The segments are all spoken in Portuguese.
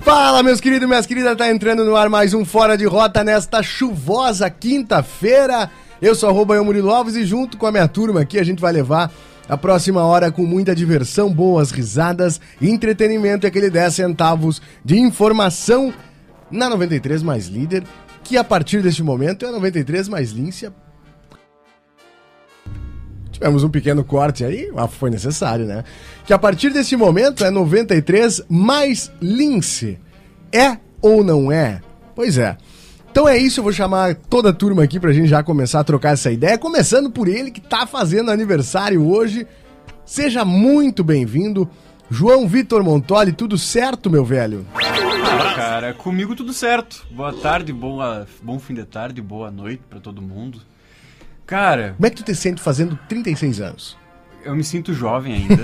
Fala, meus queridos e minhas queridas, tá entrando no ar mais um Fora de Rota nesta chuvosa quinta-feira. Eu sou arroba eu Murilo Alves e junto com a minha turma aqui a gente vai levar a próxima hora com muita diversão, boas risadas, entretenimento e aquele 10 centavos de informação na 93 mais líder, que a partir deste momento é a 93 mais Líncia. Tivemos um pequeno corte aí, mas foi necessário, né? Que a partir desse momento é 93 mais Lince. É ou não é? Pois é. Então é isso, eu vou chamar toda a turma aqui pra gente já começar a trocar essa ideia. Começando por ele que tá fazendo aniversário hoje. Seja muito bem-vindo, João Vitor Montoli. Tudo certo, meu velho? Fala, cara. Comigo tudo certo. Boa tarde, boa, bom fim de tarde, boa noite pra todo mundo. Cara, Como é que tu te sente fazendo 36 anos? eu me sinto jovem ainda.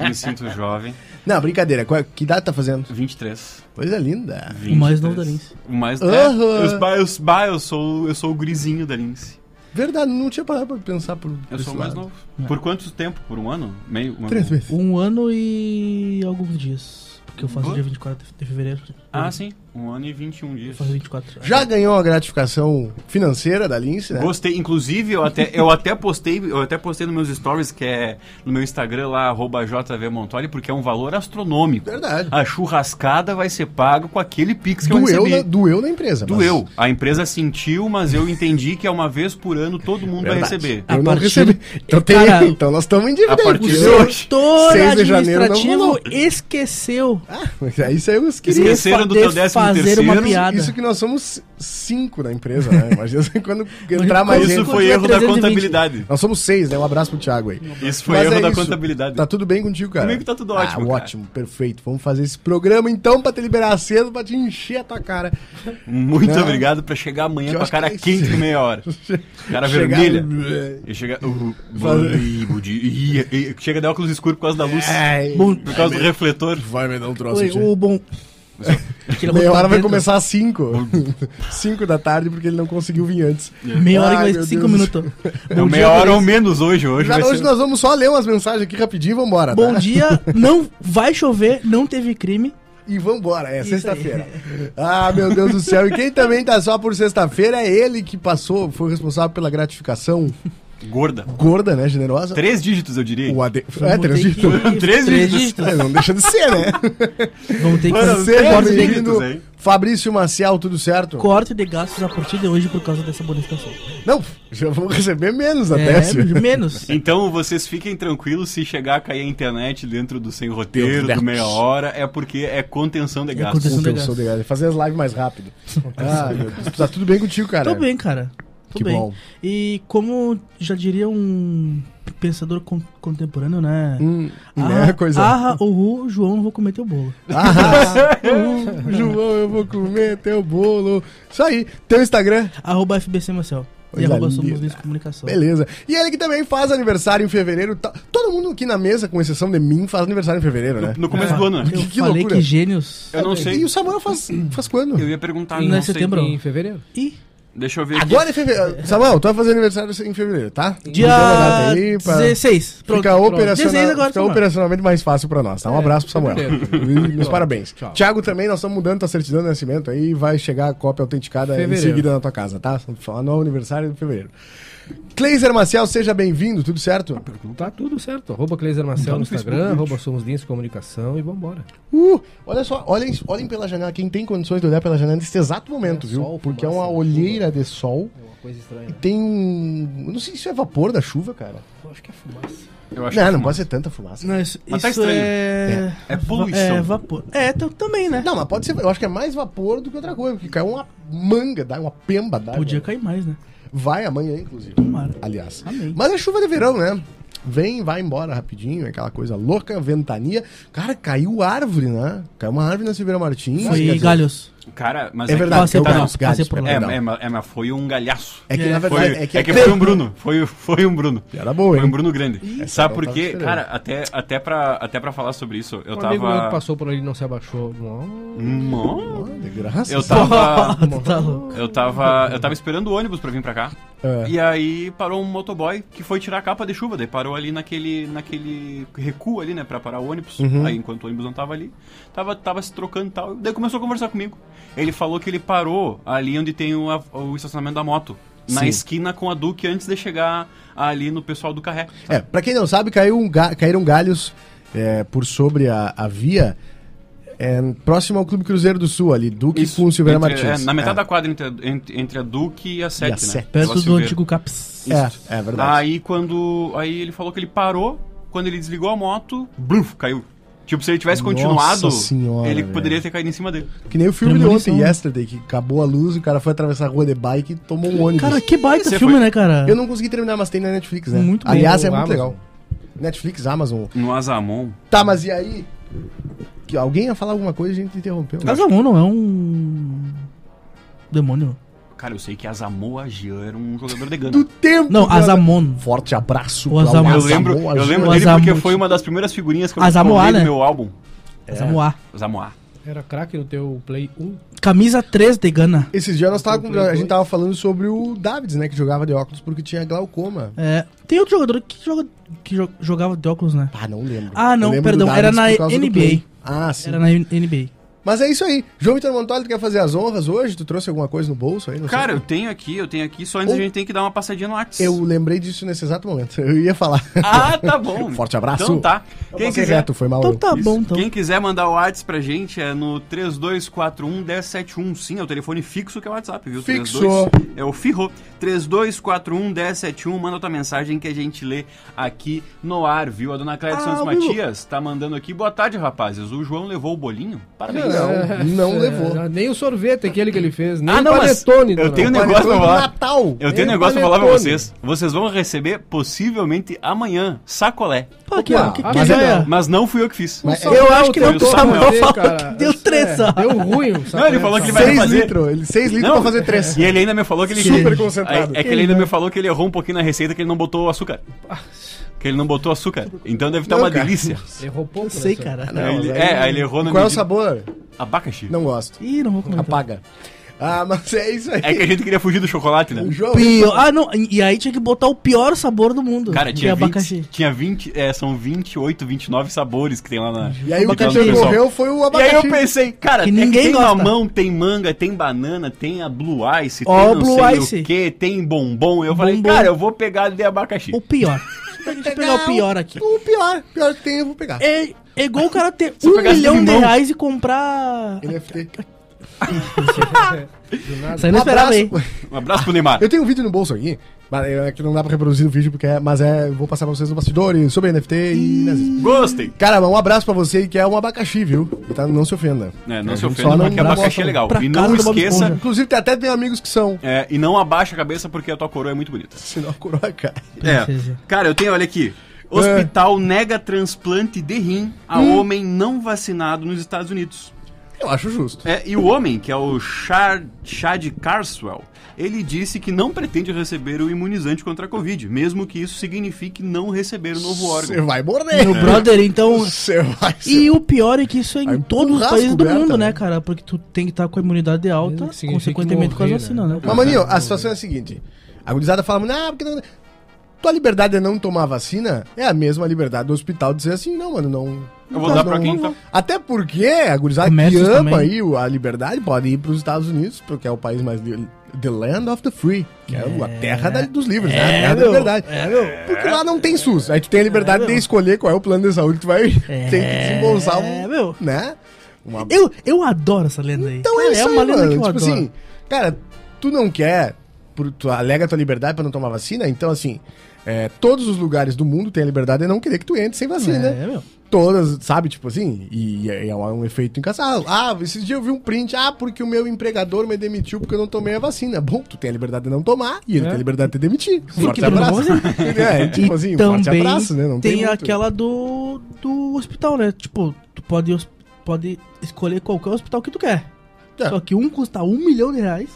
eu me sinto jovem. Não, brincadeira. Qual é- que idade tá fazendo? 23. Coisa linda. 23. mais novo da Lince. O mais Aham. é, os ba, os ba, eu sou eu sou o grisinho da Lince. Verdade, não tinha parado pra pensar por Eu esse sou o mais lado. novo. Por quanto tempo? Por um ano? Meio? Um Três ano? vezes. Um ano e alguns dias. Porque eu faço Boa. dia 24 de fevereiro. Ah, sim. Um ano e 21 dias. Eu faço 24. Já ganhou a gratificação financeira da Lince, né? Gostei, inclusive eu até, eu até postei, eu até postei nos meus stories, que é no meu Instagram lá, arroba JVMontoli, porque é um valor astronômico. Verdade. A churrascada vai ser paga com aquele Pix Ah, que eu Doeu né? na, recebi. doeu na empresa. mas- Doeu. A empresa sentiu, mas eu entendi que é uma vez por ano todo mundo Verdade. vai receber. Eu A não partir- recebi. Então, tem- Cara, então nós estamos em dívida a partir O de entendeu? hoje. setor 6 de janeiro não administrativo rolou. Ah, esqueceu Mas Aí saiu os Esqueci. queridos. Esqueceram de do fa- teu de décimo fazer terceiro, uma piada. Isso que nós somos cinco na empresa, né? Imagina quando entrar mais Isso gente. foi Continua erro da 320. contabilidade. Nós somos seis, né? Um abraço pro Thiago aí. Isso foi Mas erro é da isso. contabilidade. Tá tudo bem contigo, cara? Comigo tá tudo ótimo, Ah, cara. ótimo, perfeito. Vamos fazer esse programa então pra te liberar cedo, pra te encher a tua cara. Muito Não. obrigado pra chegar amanhã Que Né? eu com a acho que cara é isso. quente em meia hora. Cara Chegar- vermelha. E chega. Uh, Fazer- ih, budi- ih, ih, chega de óculos escuros por causa da luz. Ai, Por causa do refletor. Vai me dar um troço. Oi, Tia. o bom. Meia Aquele roteiro hora vai dentro. começar às 5. 5 da tarde, porque ele não conseguiu vir antes. Meia hora Ai, e meu mais 5 Deus. minutos. É meia hora ou menos hoje. Hoje Já vai hoje ser- nós vamos só ler umas mensagens aqui rapidinho e vambora. Bom tá? dia, não vai chover, não teve crime. E vambora, é Isso sexta-feira. Ah, meu Deus do céu. E quem também tá só por sexta-feira é ele que passou, foi responsável pela gratificação Gorda. gorda, né? Generosa. Três dígitos, eu diria. O AD... É, três Vamos ter dígitos. que- Três dígitos. É, não deixa de ser, né? Vamos ter que Mano, fazer Seja três corte de- bem-vindo, dígitos, hein? Fabrício Maciel, tudo certo? corte de gastos a partir de hoje por causa dessa bonificação. Não, já vamos receber menos até. É, se- menos. Então vocês fiquem tranquilos se chegar a cair a internet dentro do sem roteiro, Deus. do meia hora, é porque é contenção de gastos. contenção- Conteúdo sobre- Fazer as lives mais rápido. Ah, meu Deus. Tá tudo bem contigo, cara? Tô bem, cara. Tô Que bem. bom. E como já diria um pensador con- contemporâneo, né? Hum, Ah, né, coisa? Arra, uhu, João, vou comer teu bolo. Ah, João, João, eu vou comer teu bolo. Isso aí. Teu Instagram. Arroba FBC Marcel. E Coisa arroba Somos linda. Luiz Comunicação. né? Beleza. E ele que também faz aniversário em fevereiro. Tá- Todo mundo aqui na mesa, com exceção de mim, faz aniversário em fevereiro, né? No começo do ano, né? Eu Que- que falei loucura. que gênios. Eu não E sei. o Samuel faz, faz quando? Eu ia perguntar, Não não, é sei. setembro. Em fevereiro? Ih, Deixa eu ver aqui. Agora é fevereiro. Samuel, tu vai fazer aniversário em fevereiro, tá? Mudou a data dia aí pra- 16. Pronto. Fica, operacional, 16 agora, fica Samuel. operacionalmente mais fácil pra nós, tá? Um abraço pro Samuel. fevereiro. E meus Tchau. parabéns. Tchau. Thiago também, nós estamos mudando tua certidão de nascimento aí vai chegar a cópia autenticada em Fevereiro. seguida na tua casa, tá? No aniversário de fevereiro. Cleiser Maciel, seja bem-vindo, tudo certo? Tá tudo certo. Arroba Cleiser Marcel Então, no no Instagram, Facebook. arroba Somos Lins Comunicação e vambora. Uh, olha só, olhem, olhem pela janela. Quem tem condições de olhar pela janela nesse exato momento, É viu? sol, Porque é uma fumaça, olheira de sol. É uma coisa estranha. E tem um. eu Não sei se isso é vapor da chuva, cara. Eu acho que é fumaça. Eu acho não, que é não sim. pode ser tanta fumaça. Não, isso, Mas tá isso estranho. é... É. É poluição. É, vapor. É, tam- também, né? Não, mas pode ser. Eu acho que é mais vapor do que outra coisa. Porque caiu uma manga, dá uma pemba dá. Podia cair mais, né? Vai amanhã, inclusive. Tomara. Aliás. Amém. Mas é chuva de verão, né? Vem, vai embora rapidinho, é aquela coisa louca, ventania. Cara, caiu árvore, né? Caiu uma árvore na Silveira Martins. quer Foi dizer, galhos. Cara, mas É que- verdade, Passei caiu tá, não, por lá. galhos, galhos. Passei por lá. É, Não. é, mas- é, mas foi um galhaço. É que na É, Foi, verdade. é que, foi um Bruno. Foi, foi um Bruno. Era boa, Foi hein? um Bruno grande. Sabe eu por tava quê? esperando. Cara, até, até, pra, até pra falar sobre isso, eu Um tava. amigo meu que passou por ali e não se abaixou. Não. Mó- De graça. Eu tava. Tu tá louco. Eu tava, eu tava esperando o ônibus pra vir pra cá. É. E aí parou um motoboy que foi tirar a capa de chuva. Daí parou ali naquele, naquele recuo ali, né? Pra parar o ônibus. Uhum. Aí enquanto o ônibus não tava ali, tava, tava se trocando e tal. Daí começou a conversar comigo. Ele falou que ele parou ali onde tem o, a- o estacionamento da moto. Na Sim. esquina com a Duque antes de chegar ali no pessoal do carré. É, pra quem não sabe, caiu um ga- caíram galhos é, por sobre a, a via é, próximo ao Clube Cruzeiro do Sul, ali, Duque com Silveira entre- Martins. é, na metade é. da quadra entre, a- entre, entre a Duque e a 7, E a né? Sete. Perto Negócio do verde. antigo Caps. É, é verdade. Aí quando. Aí ele falou que ele parou, quando ele desligou a moto, bluf, caiu. Tipo, se ele tivesse Nossa continuado, senhora, ele velho. poderia ter caído em cima dele. Que nem o filme de Premonição. ontem, Yesterday, que acabou a luz, o cara foi atravessar a rua de bike e tomou um ônibus. Cara, que baita Você filme, foi- né, cara? Eu não consegui terminar, mas tem na Netflix, né? Muito bom. Aliás, é No muito Amazon. legal. Netflix, Amazon. No Azamon. Tá, mas e aí? Que alguém ia falar alguma coisa e a gente interrompeu. né? Casamon não é um... Demônio. Cara, eu sei que Azamoa Jean era um jogador de Do gano. tempo! Não, cara. Azamon. Forte abraço. O pra Azamon. Eu Azamon, lembro, eu lembro Azamon. dele porque Azamoa. foi uma das primeiras figurinhas que eu Azamoa, comprei né? no meu álbum. É. Azamoá. Azamoa. Era craque no teu Play 1. Camisa 3 de Gana. Esses dias nós tava com- Play a gente dois. tava falando sobre o Davids, né? Que jogava de óculos porque tinha glaucoma. É, tem outro jogador que, joga, que jo- jogava de óculos, né? Ah, não lembro. Ah, não, Eu lembro perdão, do era Davids na por causa do NBA. Play. Ah, sim. Era na NBA. Mas é isso aí. João Vitor Montoli, tu quer fazer as honras hoje? Tu trouxe alguma coisa no bolso aí? Não sei. Cara, eu tenho aqui, eu tenho aqui, só antes Ou- a gente tem que dar uma passadinha no Axis. Eu lembrei disso nesse exato momento. Eu ia falar. Ah, tá bom. Forte abraço. Então tá. Eu Quem passei quiser, reto, foi mal. Então tá Isso. bom, então. Quem quiser mandar o WhatsApp pra gente é no 3241 1071. Sim, é o telefone fixo que é o WhatsApp, viu? Fixo. 32 é o Firro. 3241 1071. Manda tua mensagem que a gente lê aqui no ar, viu? A dona Cléia de Ah, Santos viu? Matias tá mandando aqui. Boa tarde, rapazes. O João levou o bolinho? Parabéns. tá. Não, não levou. nem o sorvete aquele que ele fez. Nem Ah, o não, mas panetone. eu dona. tenho um Olha, negócio foi pra no falar. Natal. Eu tenho um Ei, negócio pra falar pra panetone. vocês. Vocês vão receber, possivelmente, amanhã, sacolé. Pô, que, Opa, que, mas que é ideia. ah, Mas não fui eu que fiz. Mas- Eu acho que não teu tá Samuel, mal Sim, falando cara, que deu isso é, três. ó. Deu ruim. o Não, ele falou que sacolé. vai 6 fazer. litros. Ele 6 litros Não. pra fazer 3. E ele ainda me falou que ele Super concentrado. É, é que ele ainda me falou que ele errou um pouquinho na receita que ele não botou açúcar. Que ele não botou açúcar. Então deve estar Não, uma cara. delícia. Errou pouco. Eu sei, nessa. cara. Não, Aí mas ele- aí- é, aí ele errou na Qual é o medida. sabor? Abacaxi. Não gosto. Ih, não vou comentar. Apaga. Ah, mas é isso aí. É que a gente queria fugir do chocolate, né? O João, Pior- Ah, não. E e aí tinha que botar o pior sabor do mundo. Cara, que tinha é 20, abacaxi. tinha 20, é, são 28, 29 sabores que tem lá na. E aí o que Abacaxi. te ocorreu foi o Então, E aí abacaxi. eu pensei, cara, Que é que ninguém tem gosta. mamão, tem manga, tem banana, tem a Blue Ice, tem Ó, não Blue sei Ice. o que, tem bombom. Eu falei, Bombom. cara, eu vou pegar de abacaxi. O pior. Deixa eu pegar o pior aqui. O pior, pior que tem, eu vou pegar. É, é igual o cara ter um pegasse milhão de limão. reais e comprar. NFT. Isso aí não esperava, hein? Um abraço pro Neymar. Eu tenho um vídeo no bolso aqui, mas é que não dá pra reproduzir o vídeo, porque é, mas é, eu vou passar pra vocês os bastidores sobre NFT e... nazismo. Gostei. Cara, um abraço pra você que é um abacaxi, viu? E tá, não se ofenda. É, não se Só ofenda, não porque dá abacaxi boa é legal. pra E casa não do Bob esqueça Esponja. Inclusive, tem até tem amigos que são. É, e não abaixa a cabeça porque a tua coroa é muito bonita. Senão a coroa cai. É. Princesa. Cara, eu tenho, olha aqui. Hospital nega transplante de rim a Hum. homem não vacinado nos Estados Unidos. Eu acho justo. É, e o homem, que é o Char- Chad Carswell, ele disse que não pretende receber o imunizante contra a Covid, mesmo que isso signifique não receber o novo Você órgão. vai morrer. Meu brother, então. Você vai E o pior é que isso é em Aí, todos os rasca países do coberta, mundo, né, né? cara? Porque tu tem que estar com a imunidade alta, Mesmo que signifique consequentemente com as morrer, vacinas, né? né? Mas, maninho, a situação é a seguinte. A gurizada fala, ah, porque não... Tua liberdade de não tomar vacina é a mesma liberdade do hospital dizer assim, não, mano, não... Eu vou não- dar pra não- quem tá. Até porque a gurizada que Comércios ama também. aí o- a liberdade pode ir pros Estados Unidos, porque é o país mais li- The Land of the Free, que é, a terra da- dos livros, né? A É, terra da meu. liberdade. É, meu. Porque lá não tem SUS. Aí tu tem a liberdade de escolher qual é o plano de saúde que tu vai ter que desembolsar um, É, meu. né? Uma Eu, eu adoro essa lenda aí. Então Cara, é isso aí, uma lenda mano. que eu Tipo adoro. assim, cara, tu não quer, por- tu alega tua liberdade pra não tomar vacina, então assim, é, todos os lugares do mundo têm a liberdade de não querer que tu entre sem vacina. É, meu. Todas, sabe, tipo assim, e, e é um efeito incansável. Ah, esses dias eu vi um print, ah, porque o meu empregador me demitiu porque eu não tomei a vacina. Bom, tu tem a liberdade de não tomar e ele É. tem a liberdade de te demitir. Forte que abraço. nervoso, hein? é, tipo assim, e forte também abraço, né? Não tem, tem, muito. aquela do, do hospital, né? Tipo, tu pode, hos- pode escolher qualquer hospital que tu quer. É. Só que um custa um milhão de reais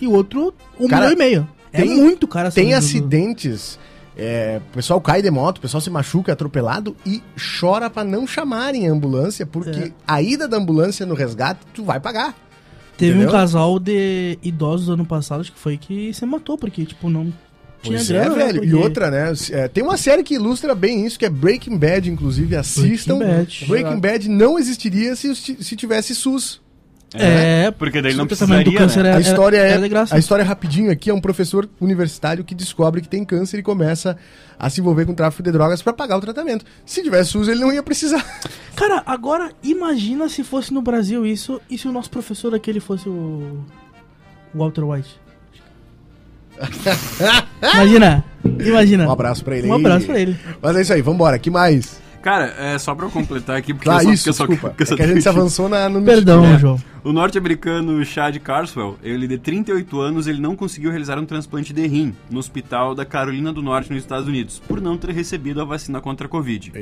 e o outro um Cara, milhão e meio. é tem- muito cara. essa Tem do- do- acidentes. é, o pessoal cai de moto, o pessoal se machuca, é atropelado e chora pra não chamarem a ambulância, porque É. a ida da ambulância no resgate tu vai pagar. Teve entendeu? um casal de idosos ano passado, acho que foi, que se matou, porque, tipo, não tinha Pois é, grana, né? velho. E Porque- outra, né? é, tem uma série que ilustra bem isso, que é Breaking Bad, inclusive, assistam. Breaking Breaking Bad, Bad. não existiria se, se tivesse SUS. É, Porque daí não o tratamento do precisaria, câncer né? era, a história era, era é de graça. a história rapidinho aqui é um professor universitário que descobre que tem câncer e começa a se envolver com tráfico de drogas pra pagar o tratamento. Se tivesse SUS, ele não ia precisar. Cara, agora imagina se fosse no Brasil isso e se o nosso professor aquele fosse o o Walter White. imagina, imagina. Um abraço pra ele Um aí. abraço pra ele. Mas é isso aí, vambora. Que mais? Cara, é só pra eu completar aqui, porque Ah, eu só, isso, porque eu só- desculpa. porque eu só É que a gente tenho- se avançou na, no Perdão, É. João. O norte-americano Chad Carswell, ele de 38 anos, ele não conseguiu realizar um transplante de rim no hospital da Carolina do Norte, nos Estados Unidos, por não ter recebido a vacina contra a Covid.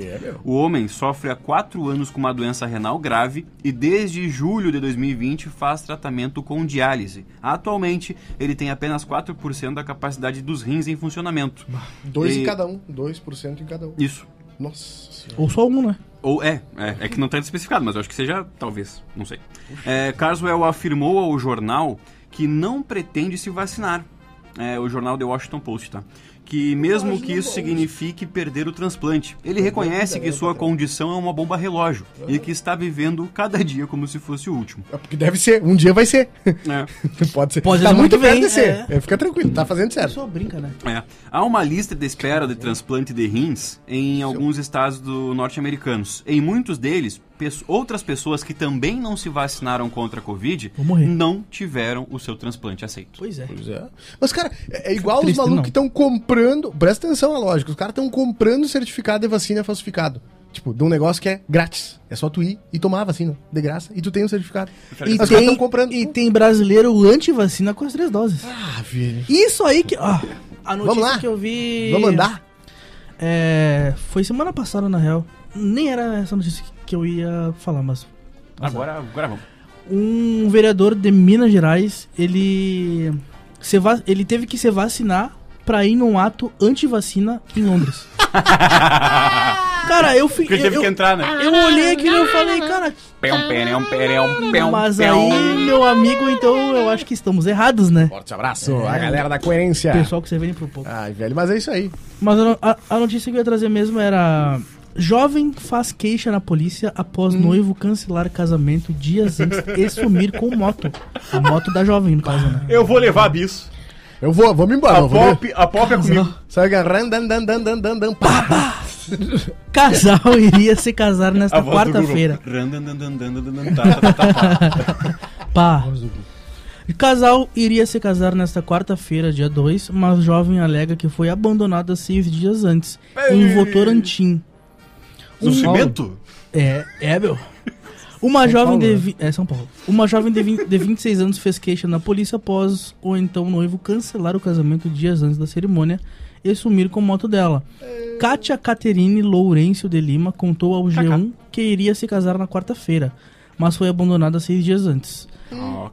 O homem sofre há quatro anos com uma doença renal grave e desde julho de 2020 faz tratamento com diálise. Atividade, ele tem apenas 4% da capacidade dos rins em funcionamento. Dois em E- cada um. 2% em cada um. Isso. Nossa senhora. Ou só um, né? Ou é, é, é que não está especificado, mas eu acho que seja, talvez, não sei. É, Carswell afirmou ao jornal que não pretende se vacinar. É, o jornal The Washington Post, tá? Que mesmo que isso signifique perder o transplante, ele reconhece que sua condição é uma bomba relógio e que está vivendo cada dia como se fosse o último. É porque deve ser. Um dia vai ser. É. Pode ser. Pode tá ser muito semana que perto vem, de ser. é. É, fica tranquilo, tá fazendo certo. Só brinca, né? É. Há uma lista de espera de transplante de rins em alguns estados do norte-americanos. Em muitos deles, pes- outras pessoas que também não se vacinaram contra a Covid Vou morrer. não tiveram o seu transplante aceito. Pois é. Pois é. Mas, cara, é é igual os triste, malucos não. que estão comprando. Presta atenção à lógica. Os caras estão comprando certificado de vacina falsificado. Tipo, de um negócio que é grátis. É só tu ir e tomar a vacina, de graça, e tu tem o certificado. E Mas os caras tem, estão comprando. e tem brasileiro anti-vacina com as três doses. Ah, velho. Isso aí que. ó, a notícia Vamos lá. que eu vi. Vamos andar? É, foi semana passada, na real. Nem era essa notícia que- que eu ia falar, mas Agora, agora vamos. um vereador de Minas Gerais, ele se va- ele teve que se vacinar pra ir num ato anti-vacina em Londres. cara, eu Porque fiquei teve eu, que entrar, né? eu olhei aqui e eu falei, cara, Peão, peão, peão, peão, mas peão. aí, meu amigo, então eu acho que estamos errados, né? Forte abraço, a galera da coerência. Pessoal que você vem pro pouco. Ai, velho, mas é isso aí. Mas a, no- a- a notícia que eu ia trazer mesmo era: jovem faz queixa na polícia Hum. após noivo cancelar casamento dias antes e sumir com moto. A moto da jovem, no caso, né? Eu vou levar bis. Eu vou, vamos Ah, embora. eu vou ver. a pop é comigo. Sai agarrando, dan, dan, dan, dan, dan, dan, pá, pá. Casal iria se casar A nesta voz do Google. quarta-feira. Randandandandandandan, tá, tá, tá, tá. Pá. O casal iria se casar nesta quarta-feira, dia 2, mas jovem alega que foi abandonada seis dias antes, em Votorantim. No cimento? É, é, meu. Uma jovem Paulo, de. né? vi- É, São Paulo. Uma jovem de, vin- de 26 anos fez queixa na polícia após o então noivo cancelar o casamento dias antes da cerimônia e sumir com a moto dela. Kátia Caterine Lourenço de Lima contou ao G1 que iria se casar na quarta-feira, mas foi abandonada seis dias antes.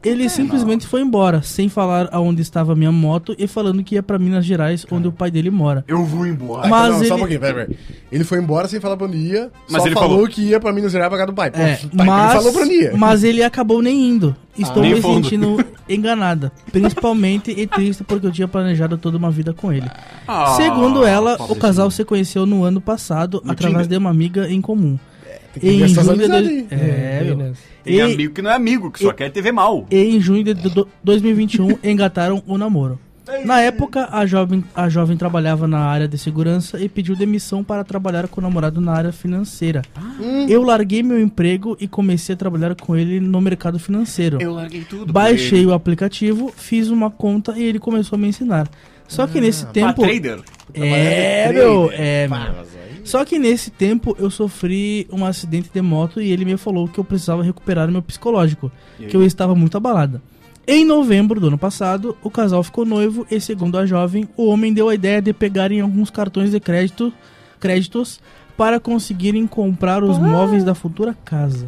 Ele simplesmente foi embora, sem falar aonde estava a minha moto e falando que ia pra Minas Gerais, onde o pai dele mora. Eu vou embora. Ai, Mas não, Só um ele- pouquinho, peraí, peraí. Ele foi embora sem falar pra onde ia, Mas só ele falou, falou. que ia pra Minas Gerais pra casa do pai. Pô, É, tá, então mas, ele falou pra onde ia. mas ele acabou nem indo. Estou Nem me fundo. sentindo enganada. Principalmente e triste porque eu tinha planejado toda uma vida com ele. Ah, Segundo ela, o pobrezinho. casal se conheceu no ano passado através de uma amiga em comum. É, Tem Em essas julho de amizades dois- aí. É, bem meu. nessa. Tem E- amigo que não é amigo, que só quer TV mal. E em junho de do- 2021 engataram o namoro. Na época, a jovem, a jovem trabalhava na área de segurança e pediu demissão para trabalhar com o namorado na área financeira. Ah. Eu larguei meu emprego e comecei a trabalhar com ele no mercado financeiro. larguei tudo. Baixei o aplicativo, fiz uma conta e ele começou a me ensinar. Só que nesse um tempo. Ah. Tá trader. É, meu, é, meu. Só que nesse tempo eu sofri um acidente de moto e ele me falou que eu precisava recuperar meu psicológico, que eu estava muito abalada. Em novembro do ano passado, o casal ficou noivo e, segundo a jovem, o homem deu a ideia de pegarem alguns cartões de crédito, créditos para conseguirem comprar os móveis da futura casa.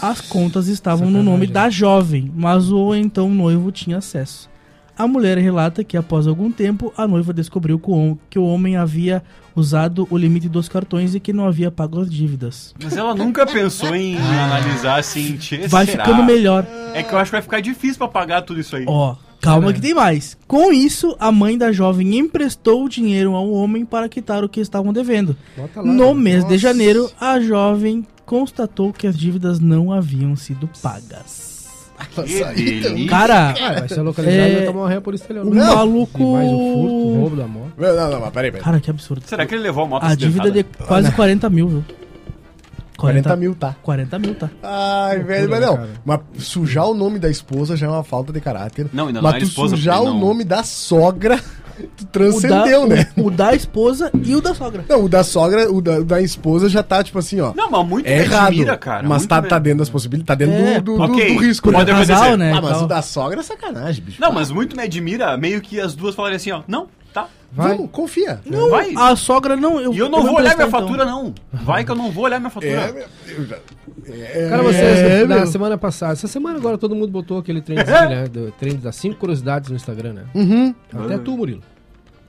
As contas estavam no nome da jovem, mas o então noivo tinha acesso. A mulher relata que após algum tempo, a noiva descobriu que o hom- que o homem havia usado o limite dos cartões e que não havia pago as dívidas. Mas ela nunca pensou em Ah. analisar assim, tchê, Vai será? ficando melhor. É que eu acho que vai ficar difícil pra pagar tudo isso aí. Ó, calma que tem mais. Com isso, a mãe da jovem emprestou o dinheiro ao homem para quitar o que estavam devendo. Bota lá, No né? mês Nossa. de janeiro, a jovem constatou que as dívidas não haviam sido pagas. que delícia. Cara, Ah, vai ser localizado É, e vai tomar uma ré por estelhão. o né? maluco- E mais um furto, um roubo da moto. Não, não, não, mas peraí, peraí. cara, que absurdo. Será que ele levou a moto A dívida de acidentada? quase 40 mil, viu? 40 mil, tá. 40 mil, tá? Ai, velho, mas né, não. cara? Mas sujar o nome da esposa já é uma falta de caráter. Não, ainda não mas era tu esposa, sujar porque o não- nome da sogra, tu transcendeu, o da, né? O, o da esposa e o da sogra. Não, o da sogra, o da, o da esposa já tá, tipo assim, ó. Não, mas muito é me errado. admira, cara. mas muito tá, me- tá dentro das possibilidades, tá dentro É, do, do, ok, do risco. pode né? acontecer. casal, né? Ah, e mas tal. o da sogra é sacanagem, bicho. Não, mas muito me admira meio que as duas falarem assim, ó. Não, tá. Vai. Vamos, confia. Não, Vai. ah, a sogra não. Eu, E eu não vou olhar minha emprestar, fatura, então. não. Vai que eu não vou olhar minha fatura. É, meu- eu já- é, Cara, vocês, é, na meu. semana passada, essa semana agora todo mundo botou aquele trendzinho, né? Do, trend das cinco curiosidades no Instagram, né? Uhum. Até tu, Murilo.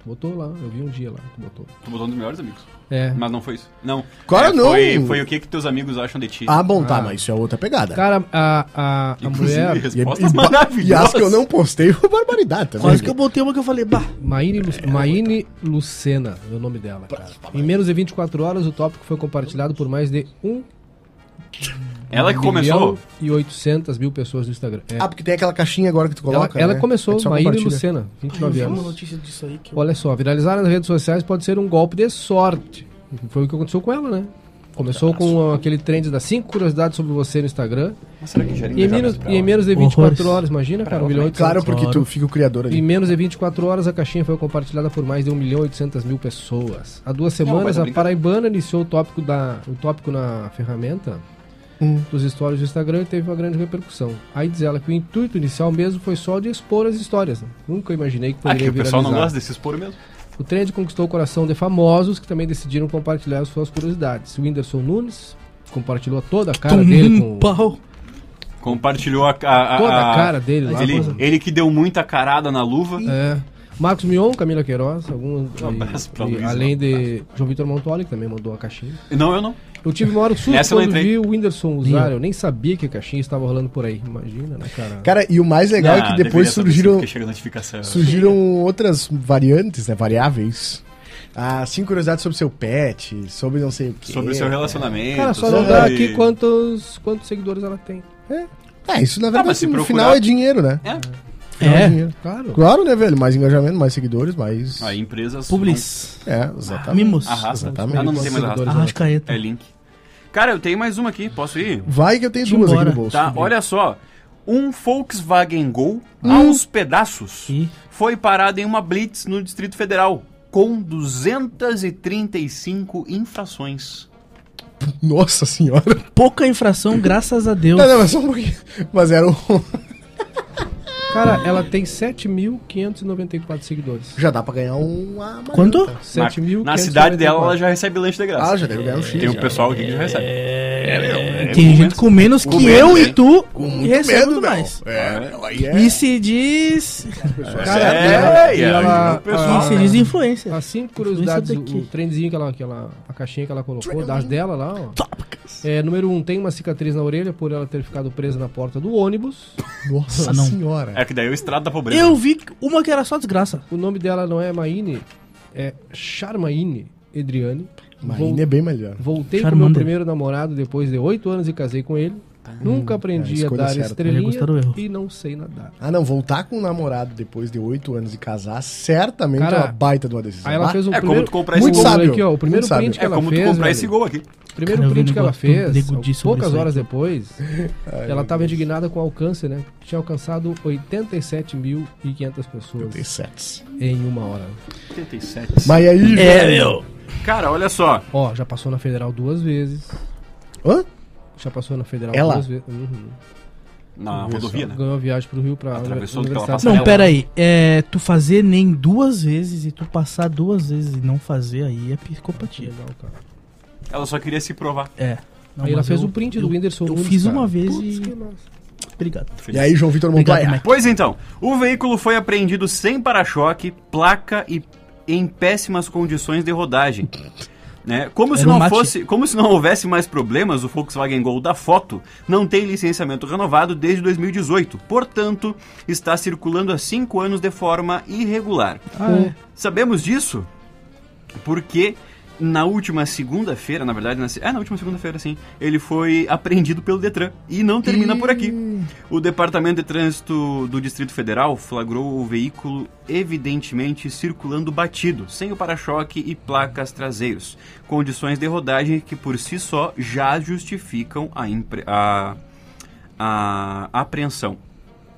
Botou lá, eu vi um dia lá, tu botou. Tô botando dos melhores amigos. É. Mas não foi isso. Não. É, Claro, não. Foi, foi o que que teus amigos acham de ti. Ah, bom, tá, mas isso é outra pegada. Cara, a, a, a Inclusive, é, mulher, e, respostas e- maravilhosas. e as que eu não postei foi barbaridade também. né? Quase que eu botei uma que eu falei, bah, Maíne, Lu- Maíne Lucena, é o nome dela, cara. Em menos de 24 horas, o tópico foi compartilhado por mais de 1 Ela que milhão começou. e 800 mil pessoas no Instagram. É. Ah, porque tem aquela caixinha agora que tu ela coloca. ela né? começou, Aí tu só Maíne compartilha. Lucena, eu 29 vi uma anos. notícia disso aí que eu... Olha só, viralizar nas redes sociais pode ser um golpe de sorte. Foi o que aconteceu com ela, né? Começou com aquele trend das 5 curiosidades sobre você no Instagram. Mas será que já tá era E em engajamento menos, pra e em ela? menos de 24 Horrores. horas, imagina, cara, 1 milhão e 800. Claro, porque tu fica o criador ali. Em menos de 24 horas, a caixinha foi compartilhada por mais de 1 milhão e 800 mil pessoas. Há duas mas semanas, tá a brincando. Paraibana iniciou o tópico, da, o tópico na ferramenta Hum. dos stories do Instagram e teve uma grande repercussão. Aí diz ela que o intuito inicial mesmo foi só de expor as histórias. né? Nunca imaginei que Ah, poderia que o pessoal não viralizar. gosta desse expor mesmo. O trend conquistou o coração de famosos que também decidiram compartilhar as suas curiosidades. O Whindersson Nunes compartilhou toda a cara dele com... um pau. Compartilhou a, a- a- Toda a a- cara dele lá, Ah, Ele, coisa. ele que deu muita carada na luva. É. Marcos Mion, Camila Queiroz, alguns. Um abraço pra Luiz, além de João Vitor Montoli, que também mandou a caixinha. Não, eu não. Eu tive uma hora de susto Nessa eu não quando entrei. vi o Whindersson usar, eu nem sabia que a caixinha estava rolando por aí. Imagina, né, cara? Cara, e o mais legal Ah, é que depois deveria saber sim, surgiram, Porque chega notificação. surgiram outras variantes, né? Variáveis. Ah, cinco curiosidades sobre seu pet, sobre não sei o quê. Sobre o seu relacionamento. Cara, só não sobre- dá aqui quantos, quantos seguidores ela tem. É, isso na verdade mas se no procurar- final é dinheiro, né? É. No final É. dinheiro. Claro. Claro, né, velho? Mais engajamento, mais seguidores, mais. Aí Ah, empresas. Publis. É, exatamente. Tá Mimos. Arrasa. Exatamente. Ah, não, não tem mais Seguidores. arrasa. Arrascaeta. É link. Cara, eu tenho mais uma aqui. Posso ir? Vai que eu tenho duas Embora. aqui no bolso. Tá, olha só. Um Volkswagen Gol aos pedaços Ih. foi parado em uma blitz no Distrito Federal com 235 infrações. Nossa senhora. Pouca infração, graças a Deus. Não, não, mas só um pouquinho. Mas era um. Cara, ela tem 7.594 seguidores. Já dá pra ganhar um uma. marmita. Quanto? 7.594. na, na cidade dela, ela já recebe lanche de graça. Ah, já deve ganhar um X. Tem o já. pessoal aqui que já recebe. É, Tem gente com menos que eu menos, e tu Com e muito recebe medo, muito meu. mais. É, aí é. E se diz... É, Cara, é, e é, ela- o pessoal- E se diz influência. As Tá cinco curiosidades, Influência daqui. o trenzinho que ela, que ela- a caixinha que ela colocou, das dela lá, ó. É, número um, tem uma cicatriz na orelha por ela ter ficado presa na porta do ônibus. Nossa Ah, não. senhora. É que daí é o estrado da pobreza. Eu vi uma que era só desgraça. O nome dela não é Maine, é Charmaine Edriane. Mas ainda é bem melhor. Voltei com meu Charmander. primeiro namorado depois de oito anos e casei com ele. Nunca É, aprendi a escolha dar certa. Ele estrelinha gostou do erro. e não sei nadar. Ah, não, voltar com um namorado depois de oito anos de casar, certamente Cara, é uma baita de uma decisão. Aí ela fez o É como primeiro... tu comprar esse Muito gol. sábio. Aqui, ó, o Muito primeiro sábio. print que É ela como fez... tu comprar velho, esse gol aqui. O primeiro Cara, eu vi um print que ela negócio tudo fez, degudi sobre poucas isso aí. horas depois, ela estava indignada com o alcance, né? Que tinha alcançado 87.500 pessoas Tem sets. em uma hora. 87. Mas e aí, É, velho? Cara, olha só. Ó, já passou na Federal duas vezes. Hã? Já passou na Federal Ela? duas vezes. Uhum. Na Vê só. rodovia, né? Ganhou a viagem pro Rio pra Atravessou do que ela universidade. passa Não, Ela- pera aí. É, tu fazer nem duas vezes e tu passar duas vezes e não fazer, aí é psicopatia. Legal, cara. Ela só queria se provar. É. Não, Aí ela mas fez eu- o print eu- do Whindersson Eu Nunes, fiz cara. uma vez Putz, que e. massa. Obrigado. E aí, João Vitor Obrigado, Montoya? Mac. Pois então, o veículo foi apreendido sem para-choque, placa e em péssimas condições de rodagem. Né? Como, se Era um não mate. fosse, como se não houvesse mais problemas, o Volkswagen Gol da foto não tem licenciamento renovado desde 2018. Portanto, está circulando há cinco anos de forma irregular. Ah, é. Sabemos disso porque na última segunda-feira, na verdade, na, se- é, na última segunda-feira, sim, ele foi apreendido pelo Detran. E não termina por aqui. O Departamento de Trânsito do Distrito Federal flagrou o veículo evidentemente circulando batido, sem o para-choque e placas traseiros. Condições de rodagem que por si só já justificam a, impre- a- a apreensão.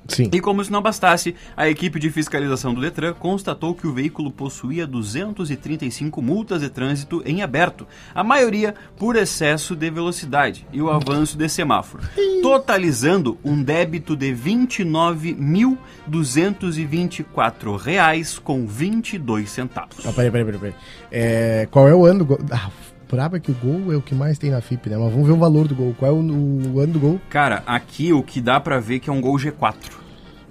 Sim. E como se não bastasse, a equipe de fiscalização do Detran constatou que o veículo possuía 235 multas de trânsito em aberto, a maioria por excesso de velocidade e o avanço de semáforo, totalizando um débito de R$ 29.224,22. Ah, peraí, peraí, peraí. peraí. É, qual é o ano do gol? Ah, brabo é que o gol é o que mais tem na FIP, né? Mas vamos ver o valor do gol. Qual é o, o ano do gol? Cara, aqui o que dá pra ver que é um Gol G4.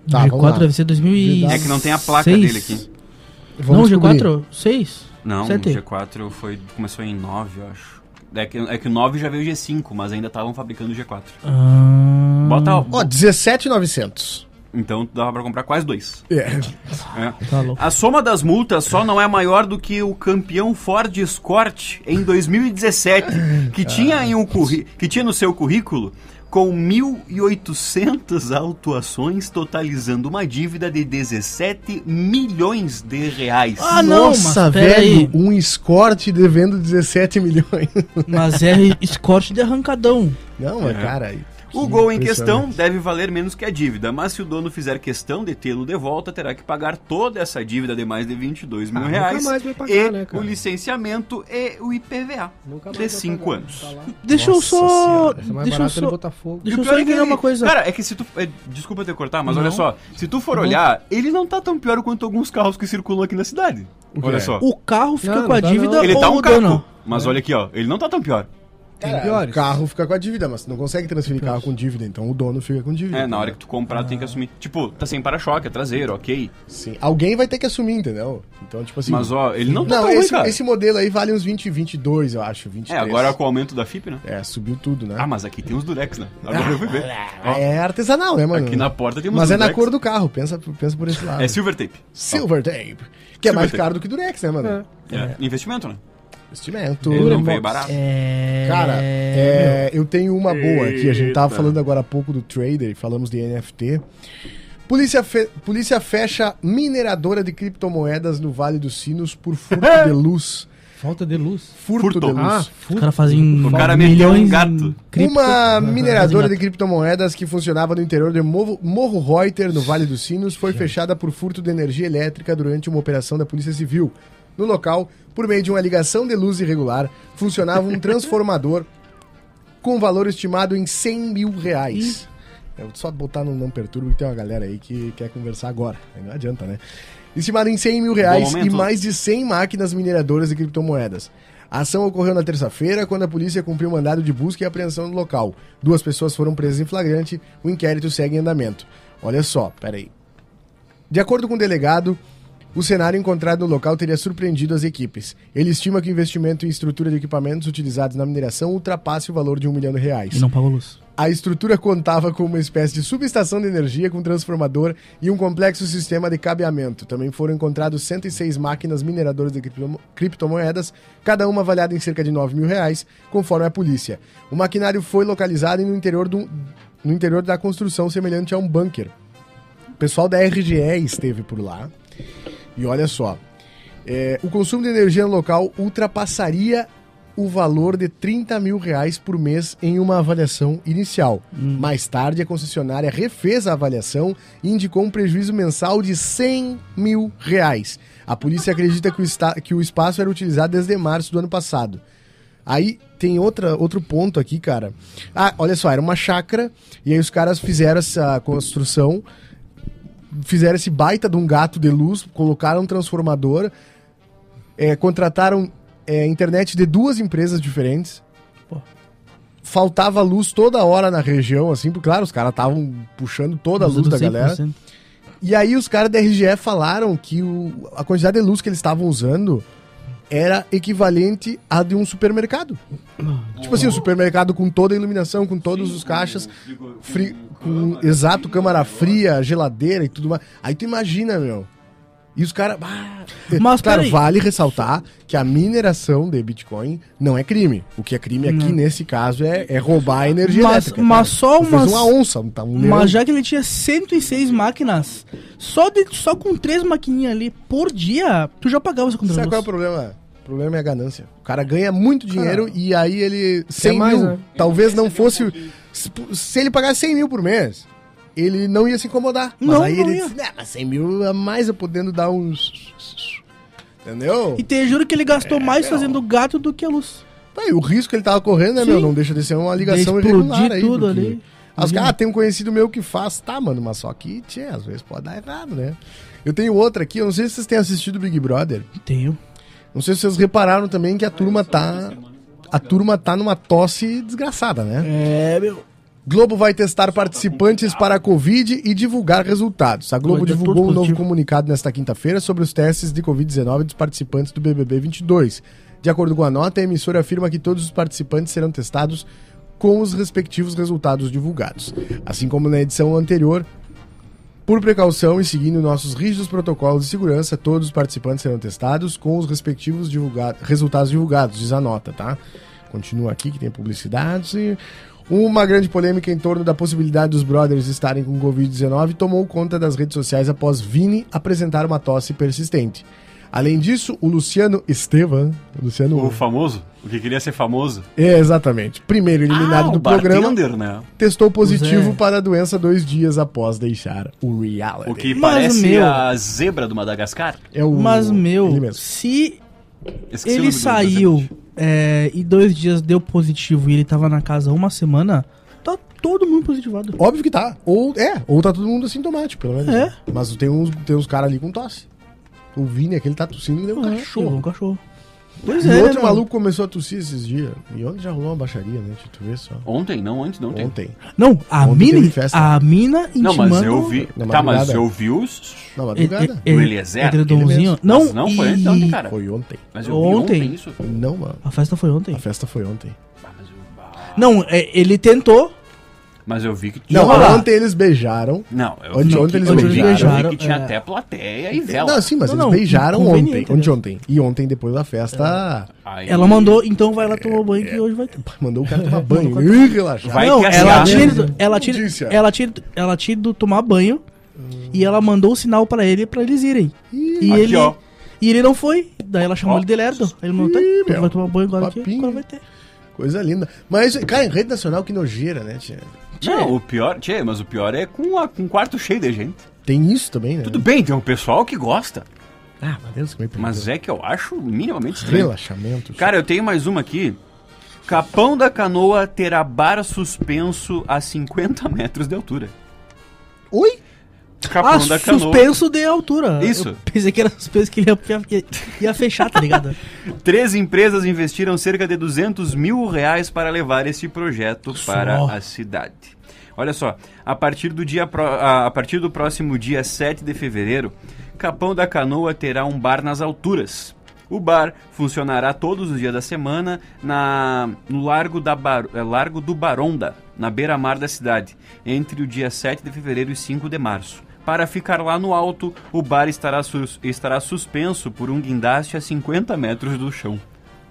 Tá, vamos lá. G4 deve ser 2006. É que não tem a placa dele aqui. é Não, Vamos descobrir. G4? 6? Não, o Sete. G4 foi, começou em 9, eu acho. É que, é que o 9 já veio o G5, mas ainda estavam fabricando o G4. Ah, Bota Ó, 17,900. Então dava pra comprar quase dois. É. É. tá louco. A soma das multas só não é maior do que o campeão Ford Escort em 2017, que tinha, em um curri- que tinha no seu currículo com 1.800 autuações, totalizando uma dívida de 17 milhões de reais. Ah, não, mas Nossa, pera velho, aí. um escorte devendo 17 milhões. Mas é escorte de arrancadão. Não, mas É. cara. que O gol em impressionante. questão deve valer menos que a dívida, mas se o dono fizer questão de tê-lo de volta, terá que pagar toda essa dívida de mais de 22 mil Ah, nunca reais mais vai pagar, e né, o cara? licenciamento e o IPVA Nunca mais de vai 5 pagar. anos. Tá lá. Deixa eu Nossa só. Senhora. Isso é mais Deixa eu barato ele só. botar fogo. E Deixa o eu pior só é que entender ele- uma coisa. Uhum. Cara, é que se tu. é, desculpa te cortar, mas Não. olha só. Se tu for olhar, ele não tá tão pior quanto alguns carros que circulam aqui na cidade. O Olha quê? só. o carro fica Não, com a não dá, dívida não. Ele ou tá um o dono? carro. Mas É. olha aqui, ó. Ele não tá tão pior. Tem Cara, piores. O carro fica com a dívida, mas tu não consegue transferir carro com dívida, então o dono fica com Uhum. dívida. É, na hora que tu comprar, tu tem que assumir. Tipo, tá sem para-choque, é traseiro, ok. Sim. Alguém vai ter que assumir, entendeu? Então, tipo assim. Mas ó, ele não tá Não, tão ruim, esse, cara. esse modelo aí vale uns 20, 22, eu acho. 23. É, agora com o aumento da FIP, né? É, subiu tudo, né? Ah, mas aqui tem uns durex, né? Agora eu fui ver. Ó, É artesanal, né, mano? Aqui na porta tem uns Mas é na durex. cor do carro, pensa, pensa por esse lado. É silver tape. Silver Tape. Que é mais Silver tape. caro do que Durex, né, mano? É. Investimento, né? Investimento. Ele não Durex. veio barato. É. Cara, é, eu tenho uma boa aqui. A gente tava falando agora há pouco do trader, falamos de NFT. Polícia, fe- Polícia fecha mineradora de criptomoedas no Vale dos Sinos por furto de luz. Falta de luz. Furto, Furto. de luz. Ah, Os furto. caras fazem. O cara meteu milhões um em gato. cripto. Uma mineradora Exato. de criptomoedas que funcionava no interior de Morro, Morro Reuter, no Vale dos Sinos, foi fechada por furto de energia elétrica durante uma operação da Polícia Civil. No local, por meio de uma ligação de luz irregular, funcionava um transformador com valor estimado em 100 mil reais. É só botar no Não Perturbo que tem uma galera aí que quer conversar agora. Aí Não adianta, né? Estimado em 100 mil reais e momento. mais de 100 máquinas mineradoras de criptomoedas. A ação ocorreu na terça-feira, quando a polícia cumpriu o mandado de busca e apreensão no local. Duas pessoas foram presas em flagrante, o inquérito segue em andamento. Olha só, peraí. De acordo com o delegado, o cenário encontrado no local teria surpreendido as equipes. Ele estima que o investimento em estrutura de equipamentos utilizados na mineração ultrapasse o valor de um milhão de reais. E não pagou luz. A estrutura contava com uma espécie de subestação de energia com transformador e um complexo sistema de cabeamento. Também foram encontrados 106 máquinas mineradoras de criptomo- criptomoedas, cada uma avaliada em cerca de 9 mil reais, conforme a polícia. O maquinário foi localizado no interior, do, no interior da construção semelhante a um bunker. O pessoal da RGE esteve por lá. E olha só. é, o consumo de energia no local ultrapassaria o valor de 30 mil reais por mês em uma avaliação inicial. Mais tarde, a concessionária refez a avaliação e indicou um prejuízo mensal de 100 mil reais. A polícia acredita que o, esta- que o espaço era utilizado desde março do ano passado. Aí tem outra, outro ponto aqui, cara. Ah, olha só, era uma chácara e aí os caras fizeram essa construção fizeram esse baita de um gato de luz, colocaram um transformador, é, contrataram é, internet de duas empresas diferentes. Pô. Faltava luz toda hora na região, assim, porque, claro, os caras estavam puxando toda a luz da galera. E aí os caras da RGE falaram que o- a quantidade de luz que eles estavam usando era equivalente à de um supermercado. Tipo assim, um supermercado com toda a iluminação, com todos os caixas, fri- com, exato, câmara fria, geladeira e tudo mais. Aí tu imagina, meu. E os caras. Ah, Mas claro, peraí. vale ressaltar que a mineração de Bitcoin não é crime. O que é crime aqui, nesse caso, é, é roubar a energia Mas- elétrica. mas cara. só Tu fez umas- uma onça, um- tá um leão. Mas já que ele tinha 106 máquinas, só, de, só com três maquininhas ali por dia, tu já pagava essa conta Sabe de qual é o luz. problema? O problema é a ganância. O cara ganha muito dinheiro e aí ele. 100 mais, mil. né? Talvez não fosse. Se se ele pagasse 100 mil por mês, ele não ia se incomodar. Mas Não, aí não ele ia. disse, "Né, mas 100 mil a mais eu podendo dar um uns. Entendeu? E te juro que ele gastou É, mais fazendo gato do que a luz. Tá, e o risco que ele tava correndo, né, Sim. meu? Não deixa de ser uma ligação De irregular explodir aí. tudo porque ali. Uhum. As, Imagina. ah, tem um conhecido meu que faz. Tá, mano, mas só que, tchê, às vezes pode dar errado, né? Eu tenho outra aqui, eu não sei se vocês têm assistido Big Brother. Tenho. Não sei se vocês repararam também que a turma tá. A turma tá numa tosse desgraçada, né? É, meu. Globo vai testar participantes para a Covid e divulgar resultados. A Globo Vai ter divulgou tudo um novo positivo. comunicado nesta quinta-feira sobre os testes de Covid-19 dos participantes do BBB 22. De acordo com a nota, a emissora afirma que todos os participantes serão testados com os respectivos resultados divulgados. Assim como na edição anterior, por precaução e seguindo nossos rígidos protocolos de segurança, todos os participantes serão testados com os respectivos divulga- resultados divulgados, diz a nota, tá? Continua aqui que tem publicidades e uma grande polêmica em torno da possibilidade dos brothers estarem com Covid-19 tomou conta das redes sociais após Vini apresentar uma tosse persistente. Além disso, o Luciano Estevan, o Luciano, O famoso, o que queria ser famoso. é, exatamente, primeiro eliminado Ah, o do programa, bartender, né? testou positivo Zé. para a doença dois dias após deixar o reality. O que Mas parece o meu- a zebra do Madagascar. É o Mas, meu, ele mesmo. se Esqueci o nome ele do- saiu é, e dois dias deu positivo e ele tava na casa uma semana, tá todo mundo positivado. Óbvio que tá. Ou é, ou tá todo mundo assintomático, pelo menos. É. Mas tem uns, tem uns caras ali com tosse. O Vini, aquele tá tossindo, deu um É, cachorro. Um cachorro. Pois E é. outro né, maluco começou a tossir esses dias. E ontem já rolou uma baixaria, né? Deixa tu ver só. Ontem, não, antes, não tem. Ontem. meu? Não, a Ontem mina, teve festa. a mina Não, intimando... mas eu vi. na Tá, mas madrugada. eu vi os. Na Ele- madrugada. ele- Do Eliezer, ele Edredomzinho. mesmo. Não, Mas não, foi Então é e- antes de ontem, cara. Foi ontem. Mas eu vi Ontem. ontem isso. Não, mano. A festa foi ontem. A festa foi ontem. Ah, Mas eu, Não, é, ele tentou. mas eu vi que tinha. Não, Não, lá. ontem eles beijaram. eu Ontem- vi ontem que- eles eu vi- beijaram. Eu vi que tinha É. até plateia e vela. Não, sim, mas Não, eles não, beijaram ontem. conveniente, Ontem, né? ontem. E ontem, depois da festa, Aí- Ela mandou, então vai lá tomar banho É, que hoje vai ter. mandou o cara tomar banho. Ih, relaxar. Vai não, que é assim, né? a Ciara- ela tinha, ido, ela, tinha, Notícia. ela, tinha, ido- ela tinha ido tomar banho e ela mandou o sinal pra ele pra eles irem. E, Aqui, ele, ó. e ele não foi. um Daí ela chamou Ó. ele de lerdo. Ele não tá. Ih, tu meu. vai tomar banho agora que Papinho. agora vai ter. Coisa linda. Mas, cara, em rede nacional que nojeira, né, tia? Não, o pior, tchê, mas o pior é com, a, com um quarto cheio de gente. Tem isso também, né? Tudo bem, tem um pessoal que gosta, Ah, meu Deus, que me perdoa. mas é que eu acho minimamente é estranho. Relaxamento. Cara, eu tenho mais uma aqui. Capão da Canoa terá bar suspenso a 50 metros de altura. Oi? Capão Ah, da Canoa suspenso de altura. Isso. Eu pensei que era suspenso que ele ia, ia- ia fechar, tá ligado? Três empresas investiram cerca de 200 mil reais para levar esse projeto para a cidade. Olha só, a partir, do dia pró- a a partir do próximo dia 7 de fevereiro, Capão da Canoa terá um bar nas alturas, O bar funcionará todos os dias da semana na, no Largo, da Bar, eh, Largo do Baronda, na beira-mar da cidade, entre o dia 7 de fevereiro e 5 de março. Para ficar lá no alto, o bar estará, sus- estará suspenso por um guindaste a 50 metros do chão.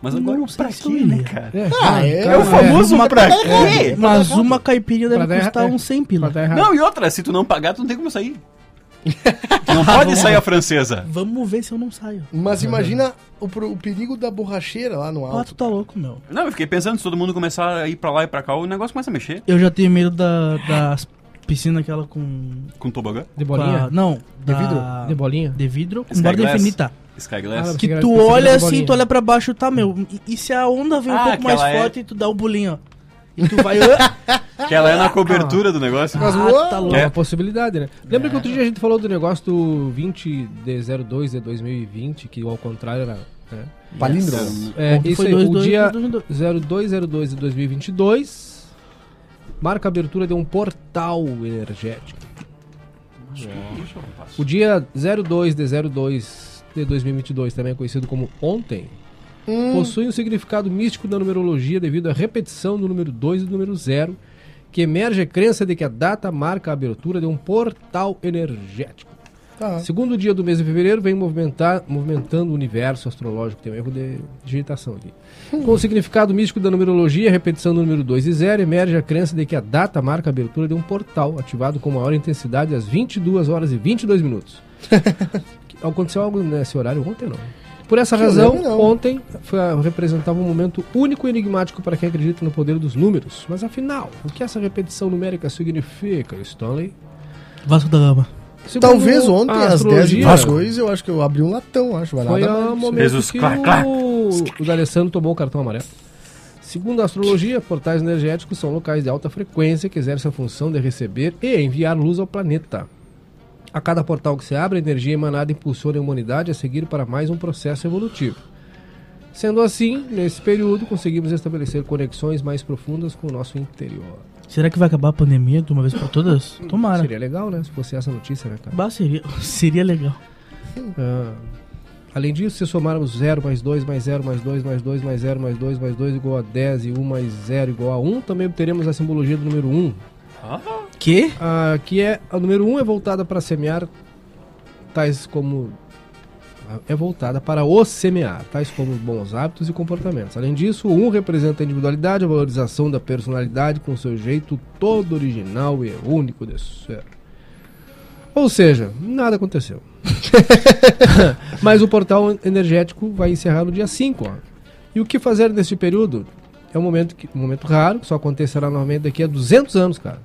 Mas agora Não o sei pra se quê, eu né, iria. cara? Ah, é, É o famoso pra É. quê? Mas uma caipirinha Pra deve dar- custar é. uns 100 pila. Pra dar errado. Não, e outra, se tu não pagar, tu não tem como sair. Tu não pode sair a francesa. Vamos ver se eu não saio. Mas imagina o, pro- o perigo da borracheira lá no Ah, alto. tu tá louco, meu. Não, eu fiquei pensando, se todo mundo começar a ir pra lá e pra cá, o negócio começa a mexer Eu já tenho medo da, das piscinas aquela com... com tobogã. De bolinha? Ah, com a- não. De vidro? Da, De bolinha? de vidro com Sky borda Glass. infinita. Sky Glass. Ah, Que Fica- tu fica olha na assim, bolinha. tu olha pra baixo, tá, meu. E, e se a onda vem um Ah, pouco mais aquela é- forte e tu dá o pulinho, ó. E tu vai. Ah, Que ela é na cobertura do negócio. Mas uou, tá É louco. uma possibilidade, né? Lembra que É. outro dia a gente falou do negócio do 20 de 02 de 2020, que ao contrário era. Né? Palíndromo. É, Ontem isso foi aí, dois, o dois, dia dois, dois, 0202 de 2022 marca a abertura de um portal energético. É. O dia 02 de 02 de 2022, também conhecido como ontem, Hum. possui um significado místico na numerologia devido à repetição do número 2 e do número 0, que emerge a crença de que a data marca a abertura de um portal energético. Tá. Segundo dia do mês de fevereiro, vem movimentar, movimentando o universo astrológico. Tem um erro de digitação aqui. Hum. Com o significado místico da numerologia, a repetição do número 2 e 0, emerge a crença de que a data marca a abertura de um portal, ativado com maior intensidade às 22 horas e 22 minutos. Aconteceu algo nesse horário ontem, não? Por essa razão, lembro, não. ontem foi, a- representava um momento único e enigmático para quem acredita no poder dos números. Mas afinal, o que essa repetição numérica significa, Stanley? Vasco da Gama. Segundo Talvez ontem, a às 10 astrologia, e Vasco. eu acho que eu abri um latão, acho. Mas Foi nada o mais. momento Jesus, que clac, clac. o, o D'Alessandro tomou o cartão amarelo. Segundo a astrologia, portais energéticos são locais de alta frequência que exercem a função de receber e enviar luz ao planeta. A cada portal que se abre, a energia emanada impulsiona a humanidade a seguir para mais um processo evolutivo. Sendo assim, nesse período, conseguimos estabelecer conexões mais profundas com o nosso interior. Será que vai acabar a pandemia de uma vez por todas? Tomara. Seria legal, né? Se fosse essa notícia, né, cara? Bah, seria, seria legal. Ah, Além disso, se somarmos 0 mais 2 mais 0 mais 2 mais 2 mais 0 mais 2 mais 2 igual a 10 e 1 mais 0 igual a 1, também obteremos a simbologia do número 1, Que? ah, que é a número 1 é voltada para semear tais como ah, é voltada para o semear, tais como bons hábitos e comportamentos. Além disso, o 1 representa a individualidade, a valorização da personalidade com seu jeito todo original e único de ser. Ou seja, nada aconteceu. Mas o portal energético vai encerrar no dia 5. ó. E o que fazer neste período? É um momento, que, um momento raro, que só acontecerá novamente daqui a 200 anos, cara.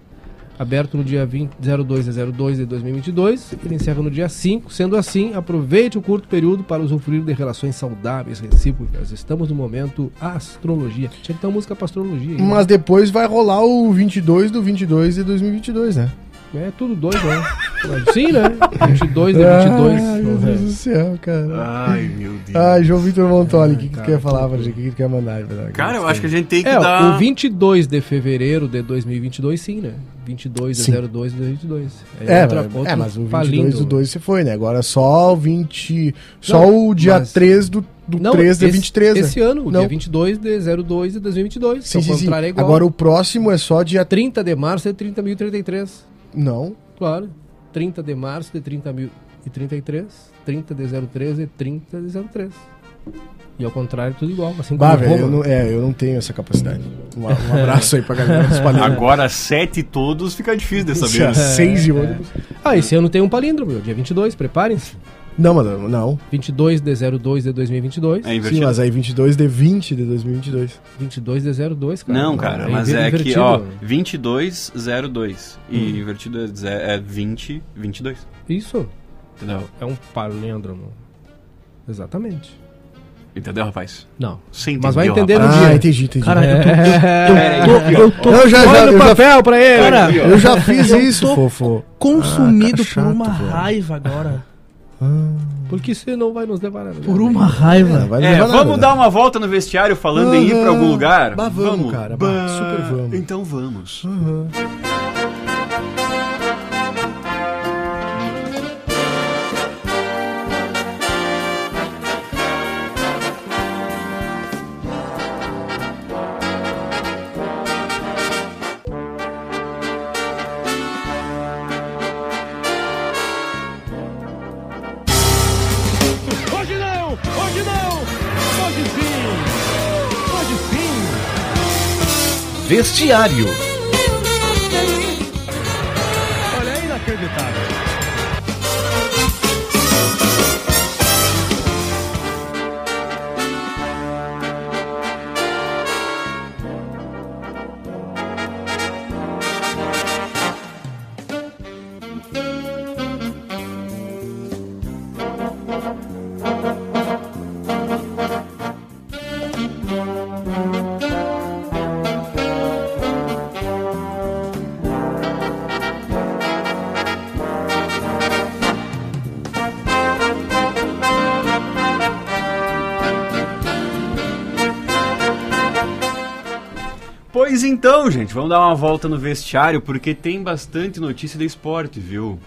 Aberto no dia 20, 02 de 02 é de 2022, ele encerra no dia 5. Sendo assim, aproveite o curto período para usufruir de relações saudáveis, recíprocas. Estamos no momento astrologia. Tinha que ter uma música pra astrologia. aí, né? Mas depois vai rolar o 22 do 22 de 2022, né? É tudo dois, né? Sim, né? 22 de 22. Ai, meu Deus do céu, cara. Ai, meu Deus. tá Ai, João Vitor Montoli, o que, que tu cara, quer falar pra gente? O que que tu quer mandar? pra nós? Cara, eu acho que a gente tem que É, dar... o 22 de fevereiro de 2022, sim, né? 22 de Sim. 02 de 2022. É, outra- mas- outro é, mas o 22 palíndromo. do 2 você foi, né? Agora só o 20. Só Não, o dia mas- 3 do, do Não, 3 de esse- 23, Esse né? ano, o Não. dia 22 de 02 de 2022. Sim, que ao sim, sim. contrário é igual. Agora o próximo é só dia. 30 de março é de 30.033. Não. Claro. 30 de março é de 30.033. 30 de 03 e 30 de 03. E ao contrário, tudo igual. Assim Bah, como velho, Roma. eu não, é, eu não tenho essa capacidade. Um, a- um abraço aí pra galera dos palhaços. Agora né? sete todos fica difícil dessa Tinha vez. seis e oito. Ah, esse ano tem um palíndromo, meu. Dia 22, preparem-se. Não, mas não. 22 de 02 de 2022. É Sim, invertido. mas aí 22 de 20 de 2022. 22 de 02, é cara. Não, cara, mas inver- é que, Tá. invertido. ó, 2202 e invertido é ze- é 20, 22. Isso Entendeu? é um palêndromo. Exatamente. Entendeu, rapaz? Não. Você Mas vai entendeu, entender no rapaz? Ah, dia. entendi, entendi. Cara, eu tô. É. Pera aí, Eu tô, eu tô eu já, já, eu, já, papel pra ele! Cara, eu já fiz Eu isso, tô- fofo. consumido Ah, tá chato, por uma velho. raiva agora. Porque isso não vai nos levar a nada. Por uma Não raiva. vai É, levar nada, vamos né? dar uma volta no vestiário falando em ir pra algum Aham. lugar? Bah, vamos, cara, bah, Bah, super vamos. Então vamos. Vestiário. Olha, é inacreditável. Pois então, gente, vamos dar uma volta no vestiário, porque tem bastante notícia de esporte, viu?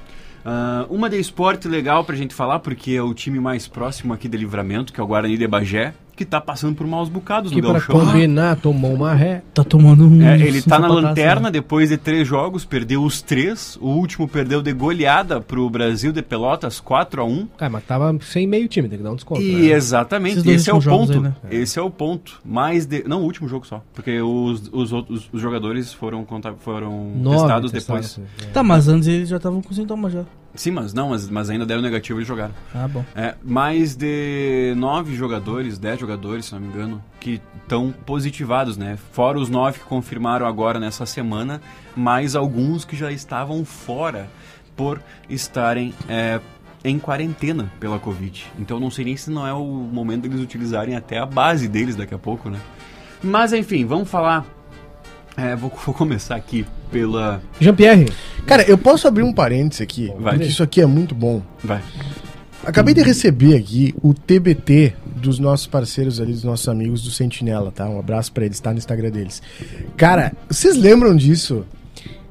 Ah, uma de esporte legal pra gente falar, porque é o time mais próximo aqui de livramento, que é o Guarani de Bagé, que tá passando por maus bocados Que no pra um Gauchão. combinar, tomou uma ré. Tá tomando um. É, ele tá na sapataço, né? lanterna depois de três jogos, perdeu os três. O último perdeu de goleada pro Brasil de Pelotas, 4 a 1 Ah, mas tava sem meio time, tem que dar um desconto. E né? exatamente, Esses dois esse é o últimos ponto. jogos aí, né? Esse é o ponto. Mais de. Não, o último jogo só. Porque os, os outros os jogadores foram, conta- foram Nove testados testados, depois. né? Tá, mas antes eles já estavam com sintoma já. Sim, mas não, mas, mas ainda deram negativo e jogaram. Ah, bom. É, mais de nove jogadores, dez jogadores, se não me engano, que estão positivados, né? Fora os nove que confirmaram agora nessa semana, mais alguns que já estavam fora por estarem é, em quarentena pela Covid. Então não sei nem se não é o momento deles utilizarem até a base deles daqui a pouco, né? Mas enfim, vamos falar. é, vou- vou começar aqui pela. Jean-Pierre, Cara, eu posso abrir um parênteses aqui? Vai. Porque isso aqui é muito bom. Vai. Acabei de receber aqui o TBT dos nossos parceiros ali, dos nossos amigos do Sentinela, tá? Um abraço pra eles, tá no Instagram deles. Cara, vocês lembram disso?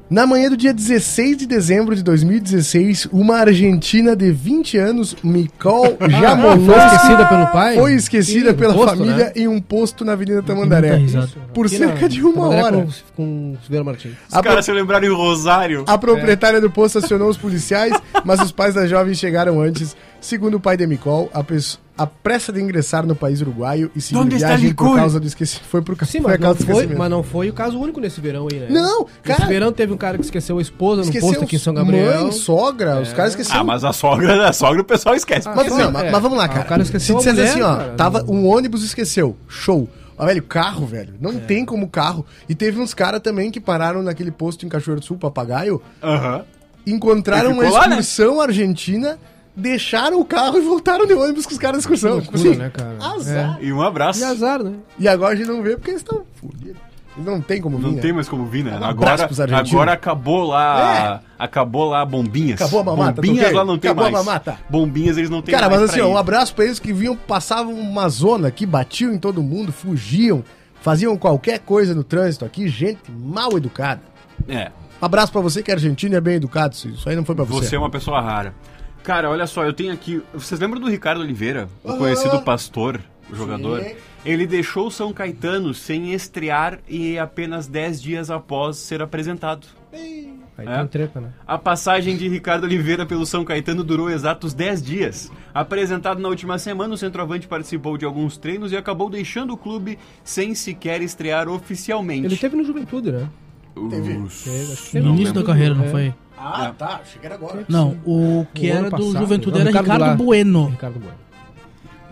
Na manhã do dia 16 de dezembro de 2016, uma argentina de 20 anos, Micol Jamonowski, foi esquecida pelo pai? Ah, foi esquecida Sim, no pela posto, família né? em um posto na Avenida Tamandaré. risada. Por Aqui cerca na- de uma Tamandaré é hora. Com, com o Silveira Martins. Os caras se lembraram em Rosário. A proprietária do posto acionou os policiais, mas os pais da jovem chegaram antes. Segundo o pai de Micol, a, pes- a pressa de ingressar no país uruguaio e seguir Onde está viagem por Licor? causa do esquecimento. Foi por ca- Sim, foi a mas não, causa do foi, esquecimento. mas não foi o caso único nesse verão aí, né? Não, cara- Esse verão teve um cara que esqueceu a esposa no Esqueceu posto aqui em São Gabriel. mãe, sogra, os caras Ah, esqueceram. mas a sogra, a sogra o pessoal esquece. mas, esqueceu, não, mas- é. mas vamos lá, Ah, cara. o cara esqueceu Se a disser mulher, assim, ó, cara. tava um ônibus esqueceu, show. Ah, velho, carro, velho. Não É. tem como carro. E teve uns caras também que pararam naquele posto em Cachoeiro do Sul, Papagaio, Aham. encontraram Ele uma ficou lá, né? excursão argentina, deixaram o carro e voltaram de ônibus com os caras da excursão. Tipo assim, Que loucura, né, cara? Azar. E um abraço. E azar, né? E agora a gente não vê porque eles estão fodidos. Eles não tem como vir. Não né? tem mais como vir, né? Um abraço Agora, pros argentinos. É. agora acabou lá. Acabou lá bombinhas. Acabou a mamata, tá Bombinhas ok? lá não tem Acabou a mais. mamata. Bombinhas eles não têm Cara, mais. mas assim, pra ó, um ir. abraço pra eles que vinham, passavam uma zona que batiam em todo mundo, fugiam, faziam qualquer coisa no trânsito aqui, gente mal educada. É, Um abraço pra você que é argentino e é bem educado, isso- isso aí não foi pra você. você é uma pessoa rara. Cara, olha só, eu tenho aqui. Vocês lembram do Ricardo Oliveira, o conhecido pastor, o jogador? Ele deixou o São Caetano sem estrear e apenas 10 dias após ser apresentado. Aí É. tem treta, né? A passagem de Ricardo Oliveira pelo São Caetano durou exatos 10 dias. Apresentado na última semana, o centroavante participou de alguns treinos e acabou deixando o clube sem sequer estrear oficialmente. Ele teve no Juventude, né? Os- Teve, acho que No teve. Não início lembro. da carreira, não É. foi? um- Ah, tá, cheguei agora. Não, o que O ano era do passado, Juventude não, era Ricardo Ricardo, Goulart. Bueno. Ricardo Bueno.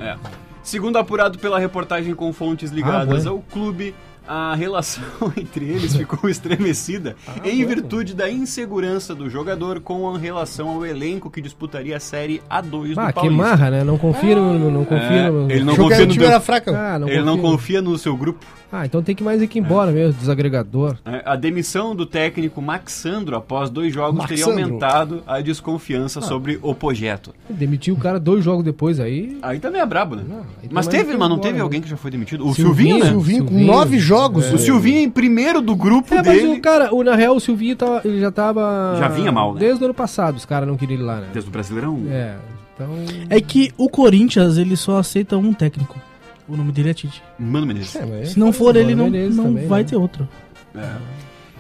É. Segundo apurado pela reportagem com fontes Ah, ligadas ao clube, a relação entre eles ficou estremecida Ah, em virtude da insegurança do jogador com a relação ao elenco que disputaria a série A2 Ah, do que Paulista. marra, né? Não confia, no- não confia. É, no- ele não Achou que confia era- o no time teu- era fraco. Ah, Ele não confia no seu grupo. Ah, então tem que mais ir que embora mesmo, desagregador. É, A demissão do técnico Max Sandro após dois jogos Max teria Sandro. aumentado a desconfiança sobre o projeto. Demitiu o cara dois jogos depois aí. Aí também é brabo, né? aí mas também teve, foi mas não embora, teve né? alguém que já foi demitido? O Silvinho, Silvinho, né? O Silvinho com Silvinho. nove jogos. O Silvinho em primeiro do grupo É, mas dele. o cara, o, na real, o Silvinho tava, ele já tava. Já vinha mal, né? Desde o ano passado, os caras não queriam ele lá, né? Desde o Brasileirão. É, então. É que o Corinthians, ele só aceita um técnico. O nome dele é Tite. Mano Menezes. É, mas- Se não for ele, não, Menezes não também, vai né? ter outro.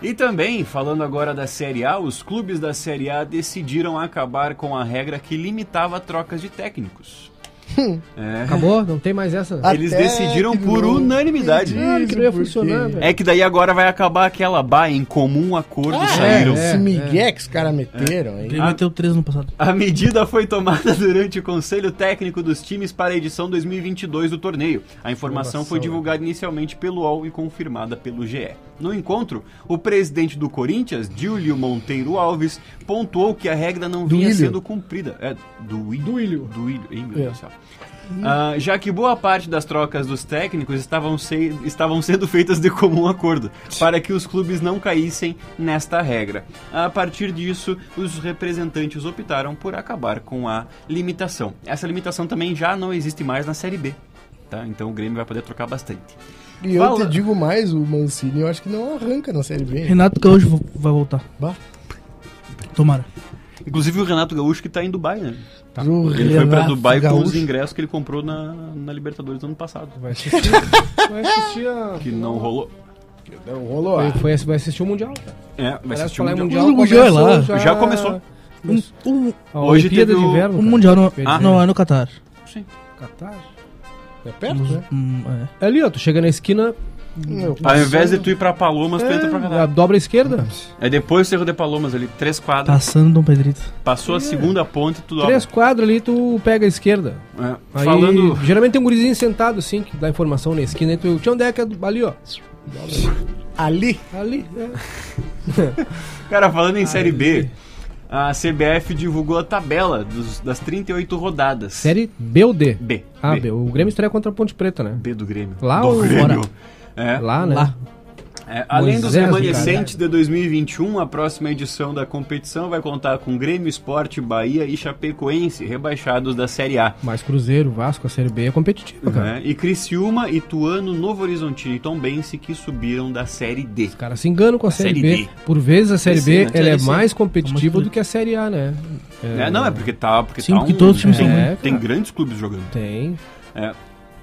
E também, falando agora da Série A, os clubes da Série A decidiram acabar com a regra que limitava trocas de técnicos. É. Acabou? Não tem mais essa. Ah, Eles Até decidiram que por não unanimidade. entendi. Claro que não ia isso, por Ah, funcionar, quê? velho. É que daí agora vai acabar aquela bah em comum acordo saíram. É, esse migué que os caras meteram aí. Ele meteu três no passado. A medida foi tomada durante o Conselho Técnico dos times para a edição 2022 do torneio. A informação foi divulgada inicialmente pelo UOL e confirmada pelo GE. No encontro, o presidente do Corinthians, Dílio Monteiro Alves, pontuou que a regra não vinha Duílio. sendo cumprida. É, do Duílio. Ih, meu Deus do céu. Ah, já que boa parte das trocas dos técnicos estavam, se- estavam sendo feitas de comum acordo, para que os clubes não caíssem nesta regra. A partir disso, os representantes optaram por acabar com a limitação. Essa limitação também já não existe mais na Série B. Tá? Então o Grêmio vai poder trocar bastante. É. E eu Fala. te digo mais, o Mancini eu acho que não arranca na Série B. Renato Gaúcho vo- vai voltar. Bah. Tomara. Inclusive o Renato Gaúcho que está em Dubai, né? Tá. O Ele foi para Renato Dubai com os Gaúcho. ingressos que ele comprou na, na Libertadores ano passado, Vai assistir. vai assistir a. que não rolou. Não rolou. Vai- Foi, vai assistir o Mundial. cara. É, vai Aliás, assistir o falar em Mundial. Mundial. O Mundial é lá. Já começou. Um- um- A Hoje Olimpíada teve de o- um Inverno. o cara. Mundial não, Fez- não é no Catar. Sim. Catar. É perto, né? Hum, é. É ali, ó. Tu chega na esquina, Meu, Ao invés de tu ir pra Palomas, tu entra pra a Catar. dobra à esquerda. É depois do Cerro de Palomas ali, três quadras. Passando Tá Dom Pedrito. Passou a segunda ponte, tu dobra. Tá. É. Três quadros ali, tu pega a esquerda. É. Aí, Falando. Geralmente tem um gurizinho sentado, assim, que dá informação na esquina. E tu, tchau, onde é que é? do- Ali, ó. Ali. Ali. É. Cara, falando em Série B, a CBF divulgou a tabela dos- das 38 rodadas. Série B ou D? B. Ah, B. B. O Grêmio estreia contra a Ponte Preta, né? B do Grêmio. Lá do ou Grêmio. fora? É. Lá, né? Lá. É, além dos Moisés do remanescentes de 2021, a próxima edição da competição vai contar com Grêmio Esporte, Bahia e Chapecoense, rebaixados da Série A. Mas Cruzeiro, Vasco, a Série B é competitiva, cara. Né? E Criciúma, Ituano, Novo Horizontino e Tombense que subiram da Série D. Os caras se enganam com a, Série Série, B. D. Por vezes a Série B Sim, né? ela é Sim. mais competitiva Vamos do que a Série A, né? É, não, é porque tá. Porque Sim, tá porque todos os times tem, são ruins. tem É, cara. grandes clubes jogando. Tem. É.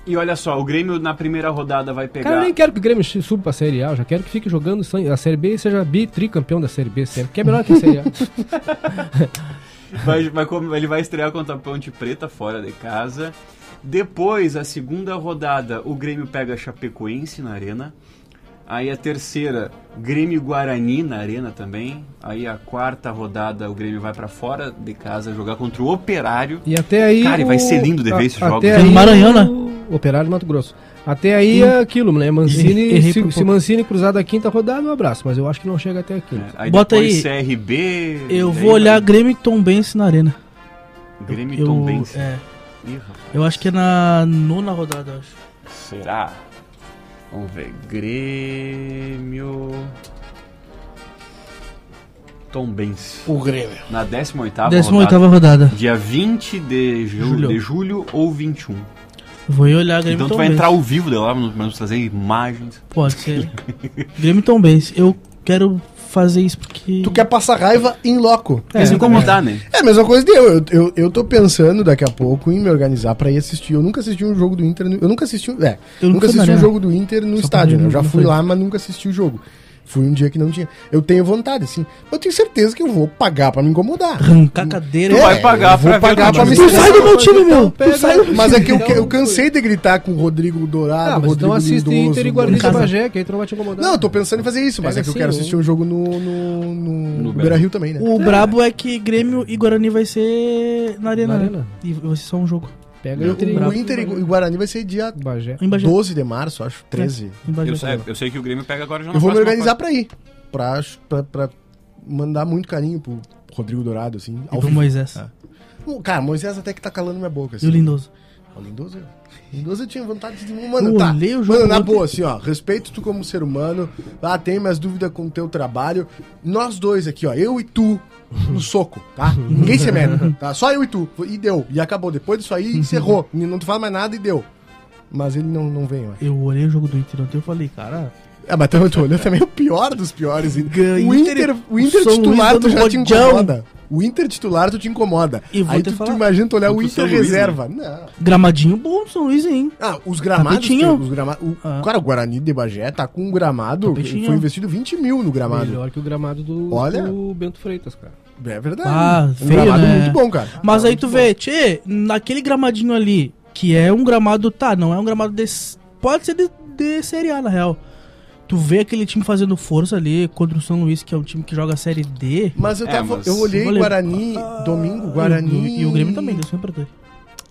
E olha só, o Grêmio na primeira rodada vai pegar. Cara, eu nem quero que o Grêmio suba pra Série A. Eu já quero que fique jogando sem- a Série B e seja bi tricampeão da Série B sempre. Que é melhor que a Série A. vai- vai com- ele vai estrear contra a Ponte Preta fora de casa. Depois, a segunda rodada, o Grêmio pega Chapecoense na Arena. Aí a terceira, Grêmio e Guarani na Arena também. Aí a quarta rodada, o Grêmio vai pra fora de casa jogar contra o Operário. E até aí. Cara, e vai o- ser lindo de ver esses a- jogos. Até É no aí, Maranhão, né? o Operário de Mato Grosso. Até aí é aquilo, né? Errei- Mancini, errei por se, se pouco. Mancini cruzar da quinta rodada, um abraço. Mas eu acho que não chega até aqui. É, Aí Bota depois aí. CRB. Eu daí vou vai olhar Grêmio e Tombense na arena. Grêmio e eu, Tombense. é, Ih, rapaz. eu acho que é na nona rodada, eu acho. Tá Será? Vamos ver. Grêmio. Tombense. O Grêmio. Na 18 18 rodada. Dia 20 de ju- Julho. de julho ou 21. Vou ir olhar Grêmio então e tu vai Tombense. entrar ao vivo de lá, mas vamos trazer imagens. Pode ser. Grêmio e Tombense. Eu quero fazer isso porque... Tu quer passar raiva em loco. Porque se incomodar, né? É a mesma coisa de eu. Eu, eu, eu tô pensando daqui a pouco em me organizar pra ir assistir. Eu nunca assisti um jogo do Inter. No, eu nunca assisti. um- É, Eu nunca nunca fui na assisti um arena. jogo do Inter no Só estádio. pra Né? mim, Eu já não fui foi. lá, mas nunca assisti o jogo. Fui um dia que não tinha. Eu tenho vontade, assim. Eu tenho certeza que eu vou pagar pra me incomodar. Arrancar a cadeira. Tu e- vai É, pagar eu vou pra ver pagar o pra me time. Tu estressar. do meu time, meu! pega- Tu sai do meu Mas é que eu, Então, eu cansei de gritar com o Rodrigo Dourado, Ah, mas Rodrigo então assiste Lindoso, Inter e Guarani Bruno de Casa. Bagé, que aí tu não vai te incomodar. Não, eu tô pensando em fazer isso, mas Pega é que eu assim, quero um- assistir um jogo no, no, no, No Beira Rio também, né? O brabo é que Grêmio e Guarani vai ser na arena, Na né? arena. E vai ser só um jogo. Pega O, Inter e o Inter e Gu- e Guarani vai ser dia Bagé. Em Bagé. É, 12 de março, acho, 13. Em Bagé. Eu sei, eu sei que o Grêmio pega É. agora já na Eu vou me próxima organizar pra ir. Pra, pra, pra mandar muito carinho pro Rodrigo Dourado, assim. E Ao pro vivo. Moisés. É. O Cara, Moisés até que tá calando minha boca, E assim. o Lindoso. O Lindoso, Lindoso eu tinha vontade de. Mano, Eu tá. olhei o jogo Mano, na ontem. boa, assim, ó. Respeito tu como ser humano. Ah, tem minhas dúvidas com o teu trabalho. Nós dois aqui, ó. Eu e tu. No soco, tá? Ninguém se mete, tá? Só eu e tu. E deu. E acabou. Depois disso aí, encerrou. Não tu fala mais nada e deu. Mas ele não, não vem, ó. Eu olhei o jogo do Inter ontem e eu falei, cara... É, mas também eu tô olhando também o pior dos piores. Ganha. O Inter, o Inter São Luís titular tu dando já te rodeão. incomoda. O Inter titular tu te incomoda. E vou Aí tu, te tu falar. imagina tu olhar o Contra o Inter São Luís, né? reserva. Não. Gramadinho bom, São Luís, hein? Ah, os gramados. Tapetinho. Os grama... o... Ah. Cara, o Guarani de Bagé tá com um gramado. Tapetinho. Foi investido 20 mil no gramado. Melhor que o gramado do, Olha. do Bento Freitas, cara. É verdade. Ah, um feio, gramado né? muito bom, cara. Mas aí tu vê, tchê, naquele gramadinho ali, Que é um gramado, tá, não é um gramado de. Pode ser de, de Série A, na real. Tu vê aquele time fazendo força ali contra o São Luís, que é um time que joga Série D. Mas eu, É, tava, mas- eu olhei Olha- Guarani, domingo, Guarani. Ah, E o Grêmio também, né? deu sempre pra ter.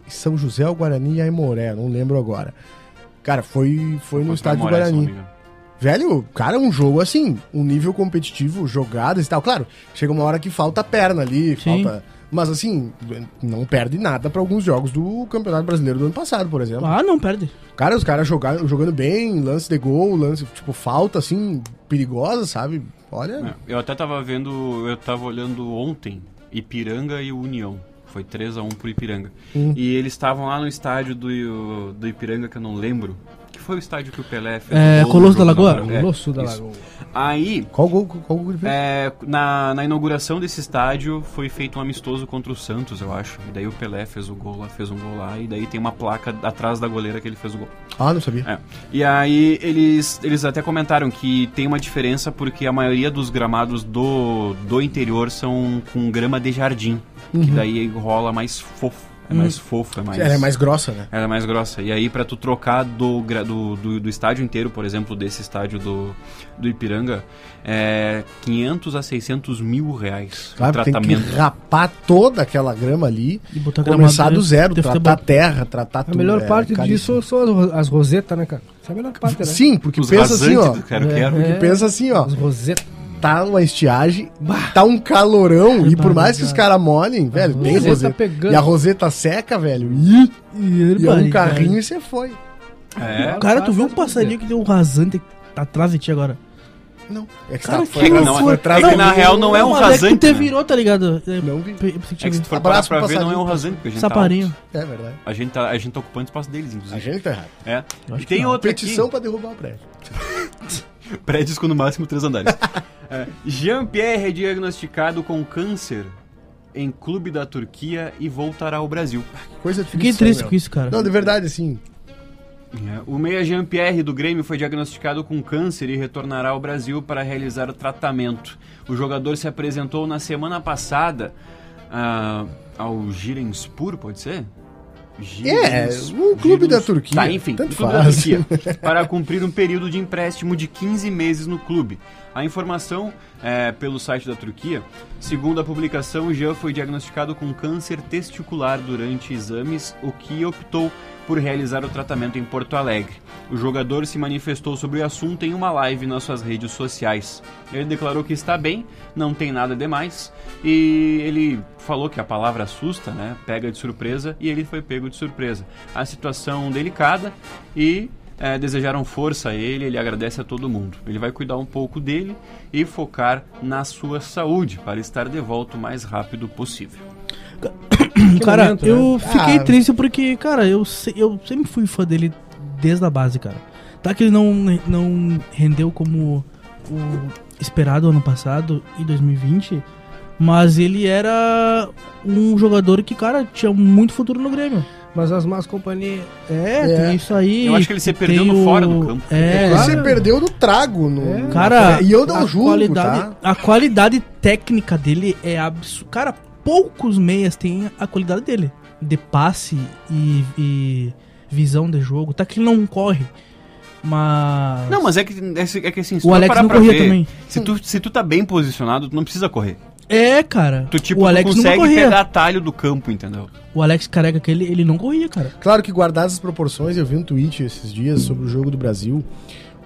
São José, o Guarani e Aimoré, não lembro agora. Cara, foi, foi no estádio do Comemora essa, Guarani. amigo. Velho, cara, é um jogo assim, um nível competitivo, jogadas e tal. Claro, chega uma hora que falta perna ali, Sim. falta. Mas assim, não perde nada pra alguns jogos do Campeonato Brasileiro do ano passado, por exemplo. Ah, não, perde. Cara, os caras jogaram- jogando bem, lance de gol, lance, tipo, falta assim, perigosa, sabe? Olha. É, Eu até tava vendo, eu tava olhando ontem Ipiranga e União. Foi 3 a 1 pro Ipiranga. E eles estavam lá no estádio do, do Ipiranga, que eu não lembro. Que foi o estádio que o Pelé fez. É, o gol Colosso no da jogo Lagoa? Bra- é, Colosso da isso. Lagoa. Aí, Qual gol, qual gol ele fez? é, na, na inauguração desse estádio, foi feito um amistoso contra o Santos, eu acho. E daí o Pelé fez o gol lá, fez um gol lá. E daí tem uma placa atrás da goleira que ele fez o gol. Ah, não sabia. É. E aí eles, eles até comentaram que tem uma diferença porque a maioria dos gramados do, do interior são com grama de jardim, que daí rola mais fofo, é mais fofo, Uhum. é mais... Ela é mais grossa, né? ela é mais grossa. E aí pra tu trocar do, gra- do, do, do estádio inteiro, por exemplo, desse estádio do, do Ipiranga, é 500 a 600 mil reais o Claro, tem que tratamento. rapar toda aquela grama ali. E Tá botar Começar gramado do de- zero, tá, de tratar futebol. terra, tratar tudo. A melhor é parte caríssimo. disso são as, ro- as rosetas, né, cara? Essa é a melhor parte, né? Sim, porque Os pensa assim, ó. rasantes, quero, quero. É. Porque pensa assim, ó. As rosetas. Tá uma estiagem, tá um calorão, e por barbaridade. mais que os caras molhem, velho, tem Tá, roseta roseta. pegando. E a roseta seca, velho. Ih, E é um carrinho e você foi. É. Cara, tu viu um passarinho que deu um rasante atrás de ti agora? Não. É que Cara, tá, É foi que atrás- não, foi é atrás que da na minha. real não é um Mas rasante. que tu né? virou, tá ligado? É, Não vi. pe- pensei que É que se tinha tu for parar Abraço pra pro ver, não é um passarinho. rasante, porque a gente Saparinho. É verdade. Tá, a, gente tá, a gente tá ocupando o espaço deles, A inclusive. gente tá errado. É. E tem outra aqui. Petição pra derrubar o prédio. Prédios com no máximo três andares. É, Jean-Pierre é diagnosticado com câncer em clube da Turquia e voltará ao Brasil. Coisa triste. tá Fiquei triste né, com isso, cara. meu? Não, de verdade, assim. É, O meia Jean-Pierre do Grêmio foi diagnosticado com câncer e retornará ao Brasil para realizar o tratamento. O jogador se apresentou na semana passada ah, ao Girenspur, pode ser? É, Girens- um clube da Girens- Turquia. Tá, enfim, Tanto um clube da faz. Turquia. para cumprir um período de empréstimo de 15 meses no clube. A informação é, pelo site da Turquia, segundo a publicação, Jean foi diagnosticado com câncer testicular durante exames, o que optou por realizar o tratamento em Porto Alegre. O jogador se manifestou sobre o assunto em uma live nas suas redes sociais. Ele declarou que está bem, não tem nada demais, e ele falou que a palavra assusta, né? Pega de surpresa, e ele foi pego de surpresa. A situação delicada e é, desejaram força a ele, ele agradece a todo mundo. Ele vai cuidar um pouco dele e focar na sua saúde para estar de volta o mais rápido possível. Cara, momento, né? eu fiquei Ah. triste porque, cara, eu, se- eu sempre fui fã dele desde a base, cara. Tá que ele não, não rendeu como o esperado ano passado, em 2020, mas ele era um jogador que, cara, tinha muito futuro no Grêmio. Mas as más companhias. É, É. tem isso aí. Eu acho que ele se tem perdeu no fora do campo. É, Você perdeu no trago. É. No... É, Cara, E eu não a julgo, qualidade, tá? a qualidade técnica dele é absurda. Cara, poucos meias têm a qualidade dele. De passe e, e visão de jogo. Tá que ele não corre. Mas. Não, mas é que, é, que assim, se O tu Alex parar não pra corria ver, também. Se tu, se tu tá bem posicionado, tu não precisa correr. É, cara. Tu, tipo, o tu Alex não consegue corria. pegar atalho do campo, entendeu? O Alex careca aquele, ele não corria, cara. Claro que guardadas as proporções, eu vi um tweet esses dias sobre o jogo do Brasil.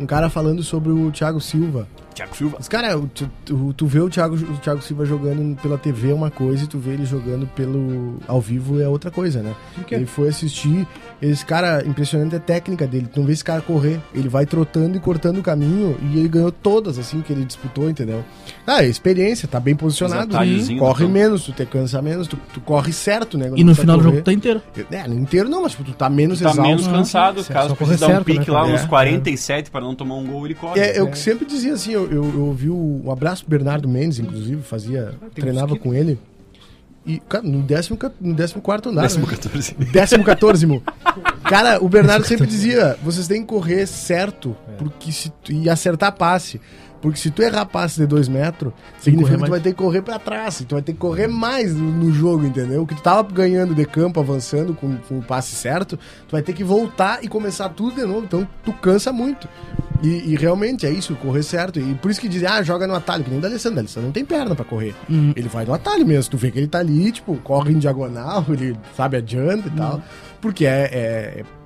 Um cara falando sobre o Thiago Silva. Thiago Silva. Mas, cara, o- tu, tu, tu vê o Thiago, o Thiago Silva jogando pela TV é uma coisa e tu vê ele jogando pelo ao vivo é outra coisa, né? quê? Ele foi assistir, esse cara, impressionante é a técnica dele. Tu não vê esse cara correr, ele vai trotando e cortando o caminho e ele ganhou todas, assim, que ele disputou, entendeu? Ah, é experiência, tá bem Os posicionado. atalhozinhos do Corre campo. menos, tu te cansa menos, tu, tu corre certo, né? E no final do jogo tá inteiro. É, no inteiro não, mas tipo, tu tá menos Tá exausto. menos cansado, Só caso correr precise dar um certo, né, pique lá, cara? uns É. 47 para não tomar um gol, ele corre. É, eu né? que sempre dizia assim, eu, eu, eu ouvi o, um abraço do Bernardo Mendes, inclusive, fazia, Ah, treinava com ele. E, cara, no décimo, ca- no décimo quarto andar. Décimo né? 14. Décimo 14. Cara, É. o Bernardo sempre dizia: vocês têm que correr certo porque se, tu- e acertar passe. Porque se tu é rapaz de 2 metros, significa que correr tu mais. vai ter que correr pra trás. Tu vai ter que correr mais no, no jogo, entendeu? O que tu tava ganhando de campo, avançando com, com o passe certo, tu vai ter que voltar e começar tudo de novo. Então tu cansa muito. E, e realmente é isso, correr certo. E por isso que dizem, ah, joga no atalho, que nem o da Alessandro. não tem perna pra correr. Hum. Ele vai no atalho mesmo. Tu vê que ele tá ali, tipo, corre em diagonal, ele sabe, adianta e Hum. tal. Porque é,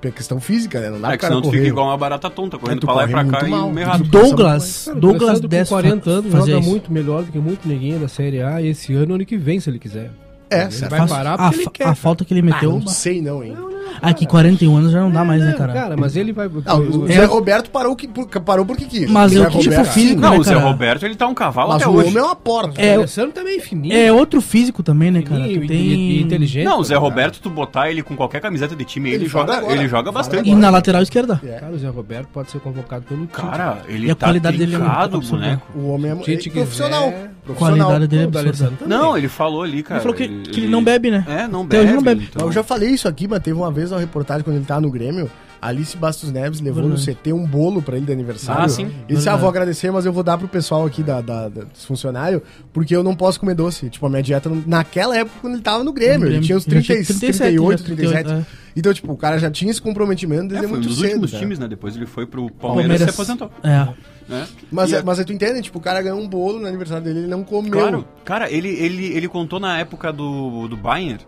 é, é questão física, né? Não dá É pra que cara senão tu correr. É, fica igual uma barata tonta, correndo tu pra lá e corre pra cá muito e mal. meio errado. Douglas, é Cara, o Douglas Alessandro com Desta 40 anos, fazia joga isso. muito melhor do que muito ninguém da Série A esse ano ano que vem, se ele quiser. É, ele certo. vai parar a, porque ele fa- quer. a falta que ele Ah, meteu. não sei não, hein? aqui, 41 anos já não dá mais, né, Não, cara? É, cara, mas ele vai. Ah, o é, Zé Roberto parou, que, por- parou porque quis. Mas o Zé eu que tipo Roberto- físico, Não, né, o Zé cara? Roberto, ele tá um cavalo Mas até o hoje. homem é uma porta. o É, Alessandro também é fininho. É outro físico também, né, cara? fininho Tu e- tem... e, e inteligente. né, Não, o Zé cara. Roberto, tu botar ele com qualquer camiseta de time, ele, Ele joga joga, agora. ele joga Joga bastante. E na lateral esquerda. Cara, o Zé Roberto pode ser convocado pelo Tite. Cara, ele E a tá qualidade dele é trincado, muito absurda. boneco. O homem é, Se o Tite é profissional. quiser, profissional. qualidade dele é O da absurda. Alessandro também. Não, ele falou ali, cara. Ele falou que, que ele não bebe, né? É, não Até bebe. hoje não bebe. Mas então. eu já falei isso aqui, mas teve uma vez uma reportagem quando ele tava no Grêmio. Alice Bastos Neves levou no Verdade. CT um bolo pra ele de aniversário. Ah, sim. E disse, ah, Verdade. vou agradecer, mas eu vou dar pro pessoal aqui da, da- da- dos funcionários, porque eu não posso comer doce. Tipo, a minha dieta, não- naquela época, quando ele tava no Grêmio, No ele Grêmio. tinha uns Ele 30, tinha 37, 38, já, 37. 38, Então, tipo, o cara já tinha esse comprometimento É, desde foi um muito dos cedo. últimos né? times, né? Depois ele foi pro Palmeiras, e se aposentou. É. Né? Mas, E é- mas aí tu entende, tipo, o cara ganhou um bolo no aniversário dele, ele não comeu. Claro, cara, ele, ele, ele contou na época do, do Bayern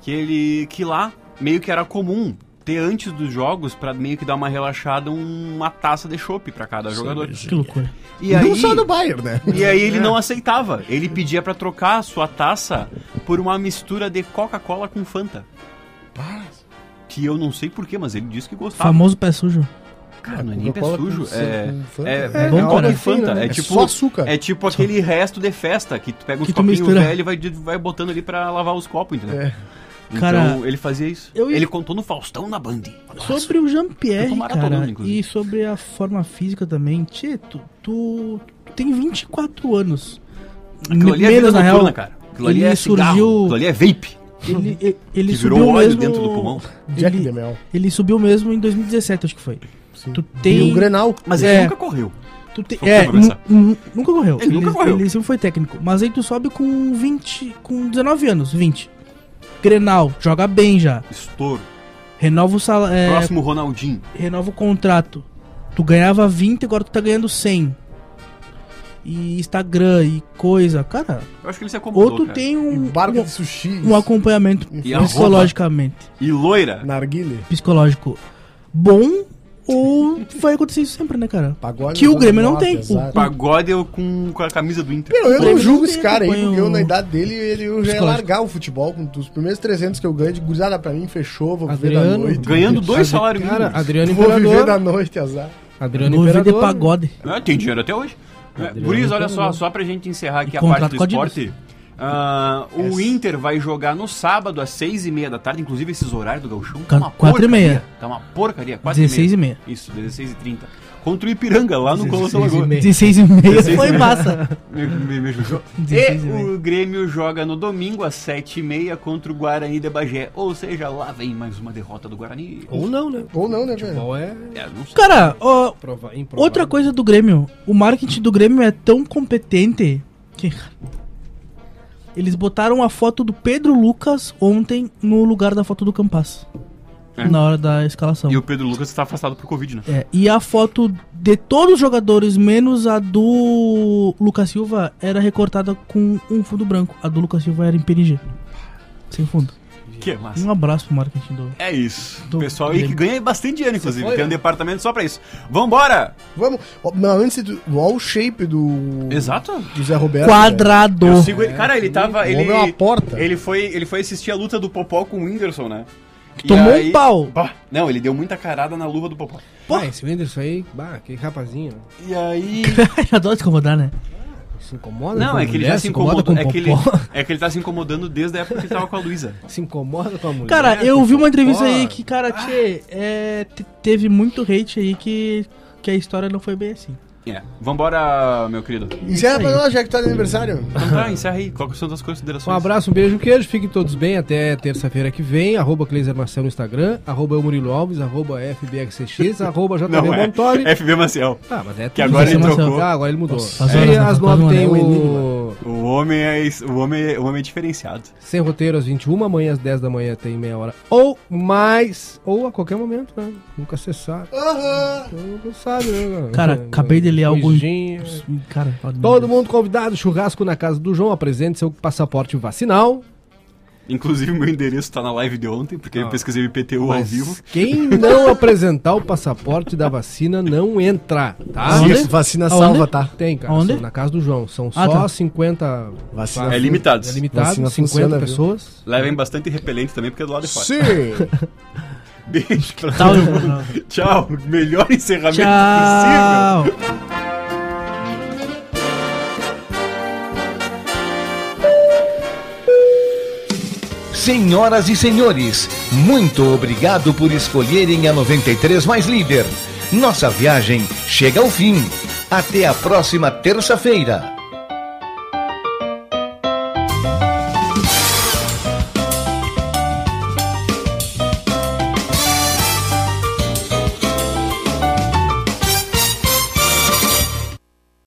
que ele que lá meio que era comum ter antes dos jogos pra meio que dar uma relaxada uma taça de chopp pra cada jogador. Que loucura. E não aí, só do Bayern, né? e aí ele não aceitava. Ele pedia pra trocar a sua taça por uma mistura de Coca-Cola com Fanta. Que eu não sei porquê, mas ele disse que gostava. Famoso pé sujo. Cara, não é nem pé Coca-Cola com sujo. Fanta, É, com Fanta. é, É, é bom, né? Coca cara. e Fanta. É É, só tipo, açúcar. É tipo aquele resto de festa que tu pega uns Que tu copinhos mistura. É. velhos e vai, vai botando ali pra lavar os copos, entendeu? Então Cara, ele fazia isso. eu ia- Ele contou no Faustão na Band. Sobre o Eu tô Jean-Pierre, maratonando, cara, inclusive. e sobre a forma física também. Tchê, tu, tu, tu tem 24 anos. Aquilo ali é vida noturna, cara. Aquilo ali ele é cigarro, surgiu- aquilo ali é vape. Ele, ele, ele Que subiu virou óleo mesmo, dentro do pulmão. Jack ele- Demel. Ele subiu mesmo em 2017, acho que foi. Tu E tem... o Grenal. Mas É. ele nunca correu. Tu te- Só é, pra começar. nu- nu- nunca correu. Ele nunca correu. Ele sempre foi técnico. Mas aí tu sobe com 20. com 19 anos, 20. Grenal, joga bem já. Estouro. Renova o salário. Próximo Ronaldinho. renova o contrato. Tu ganhava 20, agora tu tá ganhando 100. E Instagram e coisa. Cara, Eu acho que ele se acomodou, ou tu cara. tem um, Barca de um, sushi. um acompanhamento E arroba. psicologicamente. E loira. Narguile. Psicológico bom, ou vai acontecer isso sempre, né, cara? Pagode. um Que o Zona Grêmio não Norte, tem. exato. Pagode com, com a camisa do Inter. Meu, eu não Grêmio julgo não esse tem, cara aí, acompanha porque eu o- na idade dele, ele, eu já ia Psicológico. largar o futebol com os primeiros 300 que eu ganho de gurizada pra mim, fechou, vou viver da Adriano. noite. Ganhando dois Adri- salários Cara, mínimos. Adriano Vou viver Imperador. da noite, azar. Adriano Novo de Imperador. pagode. Ah, tem dinheiro até hoje. É, Adriano Guriz, olha só, tem dinheiro. só pra gente encerrar aqui E a parte contrato do com a Adidas. esporte. ah, o Inter vai jogar no sábado às seis e meia da tarde, inclusive esses horários do Gauchão. tá Ca- quatro e porcaria. meia. Tá uma porcaria, quatro 16 e meia. Isso, 16 e 30. Contra o Ipiranga, lá no Colosso 16 e Lagoa. meia. 16 e meia 16 e foi meia. massa. Me, me, me julgou. 16 e E meia. o Grêmio joga no domingo às sete e meia contra o Guarani de Bagé. Ou seja, lá vem mais uma derrota do Guarani. Ou não, né? Ou não, né, velho? Futebol é É, não sei. Cara, ó, prova- improvável. outra coisa do Grêmio. O marketing do Grêmio é tão competente que. Eles botaram a foto do Pedro Lucas ontem no lugar da foto do Campas. É. Na hora da escalação. E o Pedro Lucas está afastado por Covid, né? É, e a foto de todos os jogadores, menos a do Lucas Silva, era recortada com um fundo branco. A do Lucas Silva era em PNG. Sem fundo. Que massa. Um abraço pro marketing do. É isso. Do O pessoal aí que Grêmio. ganha bastante dinheiro, inclusive. foi, Tem um né? departamento só pra isso. Vambora! Vamos. Ó, Não, antes do. Olha o shape do. Exato. Do Zé Roberto. Quadrado! É, Eu sigo ele. Cara, ele tava. O Ele, homem é uma porta. ele foi ele foi assistir a luta do Popó com o Whindersson, né? E tomou um pau. Bah, não, ele deu muita carada na luva do Popó. Pô, Ah, esse Whindersson aí, bah, que rapazinho. E aí. Ele adora se incomodar, né? Se incomoda Não, com é a que ele mulher, já se incomodou. com É que ele, popó, é que ele tá se incomodando desde a época que ele tava com a Luísa. Se incomoda com a mulher. Cara, eu com vi uma popó. entrevista aí que, Ah. cara, tchê, é, te- teve muito hate aí que, que a história não foi bem assim. É. Vambora, meu querido. Encerra pra nós, já que tá de aniversário. Então tá, encerra aí. Qual que são as considerações? Um abraço, um beijo, um queijo. Fiquem todos bem. Até terça-feira que vem. Arroba Cleiser Marcel no Instagram. Arroba eu Murilo Alves. Arroba FBXCX. Arroba JB Não, é. Montori. FB Maciel. Ah, mas é tudo Que agora isso, ele Marcel. trocou. Ah, agora ele mudou. Nossa, as horas, Aí rapaz, às nove não tem é um o O homem é, es- o homem é, o homem é diferenciado. Sem Roteiro às 21, amanhã às 10 da manhã tem meia hora ou mais, ou a qualquer momento, né? Nunca se sabe. Nunca se sabe, né? Cara, acabei de ler algo. Beijinho. Cara, fala de É. Todo mim. mundo convidado, churrasco na casa do João, apresente seu passaporte vacinal. Inclusive, meu endereço tá na live de ontem, porque eu pesquisei o IPTU ao Ah. Mas vivo. Quem não apresentar o passaporte da vacina não entra, tá? Aonde? Isso, vacina Aonde? salva, tá? Tem, cara. Aonde? são Na casa do João. São Ah, só tá. 50. Vacina É vacinas. limitados. É limitado, Vacina 50 funciona, viu? pessoas. Levem bastante repelente também, porque é do lado de fora. Sim! Beijo pra Tchau, todo irmão. mundo. Tchau. Melhor encerramento possível. é Tchau. Senhoras e senhores, muito obrigado por escolherem a 93 mais líder. Nossa viagem chega ao fim. Até a próxima terça-feira.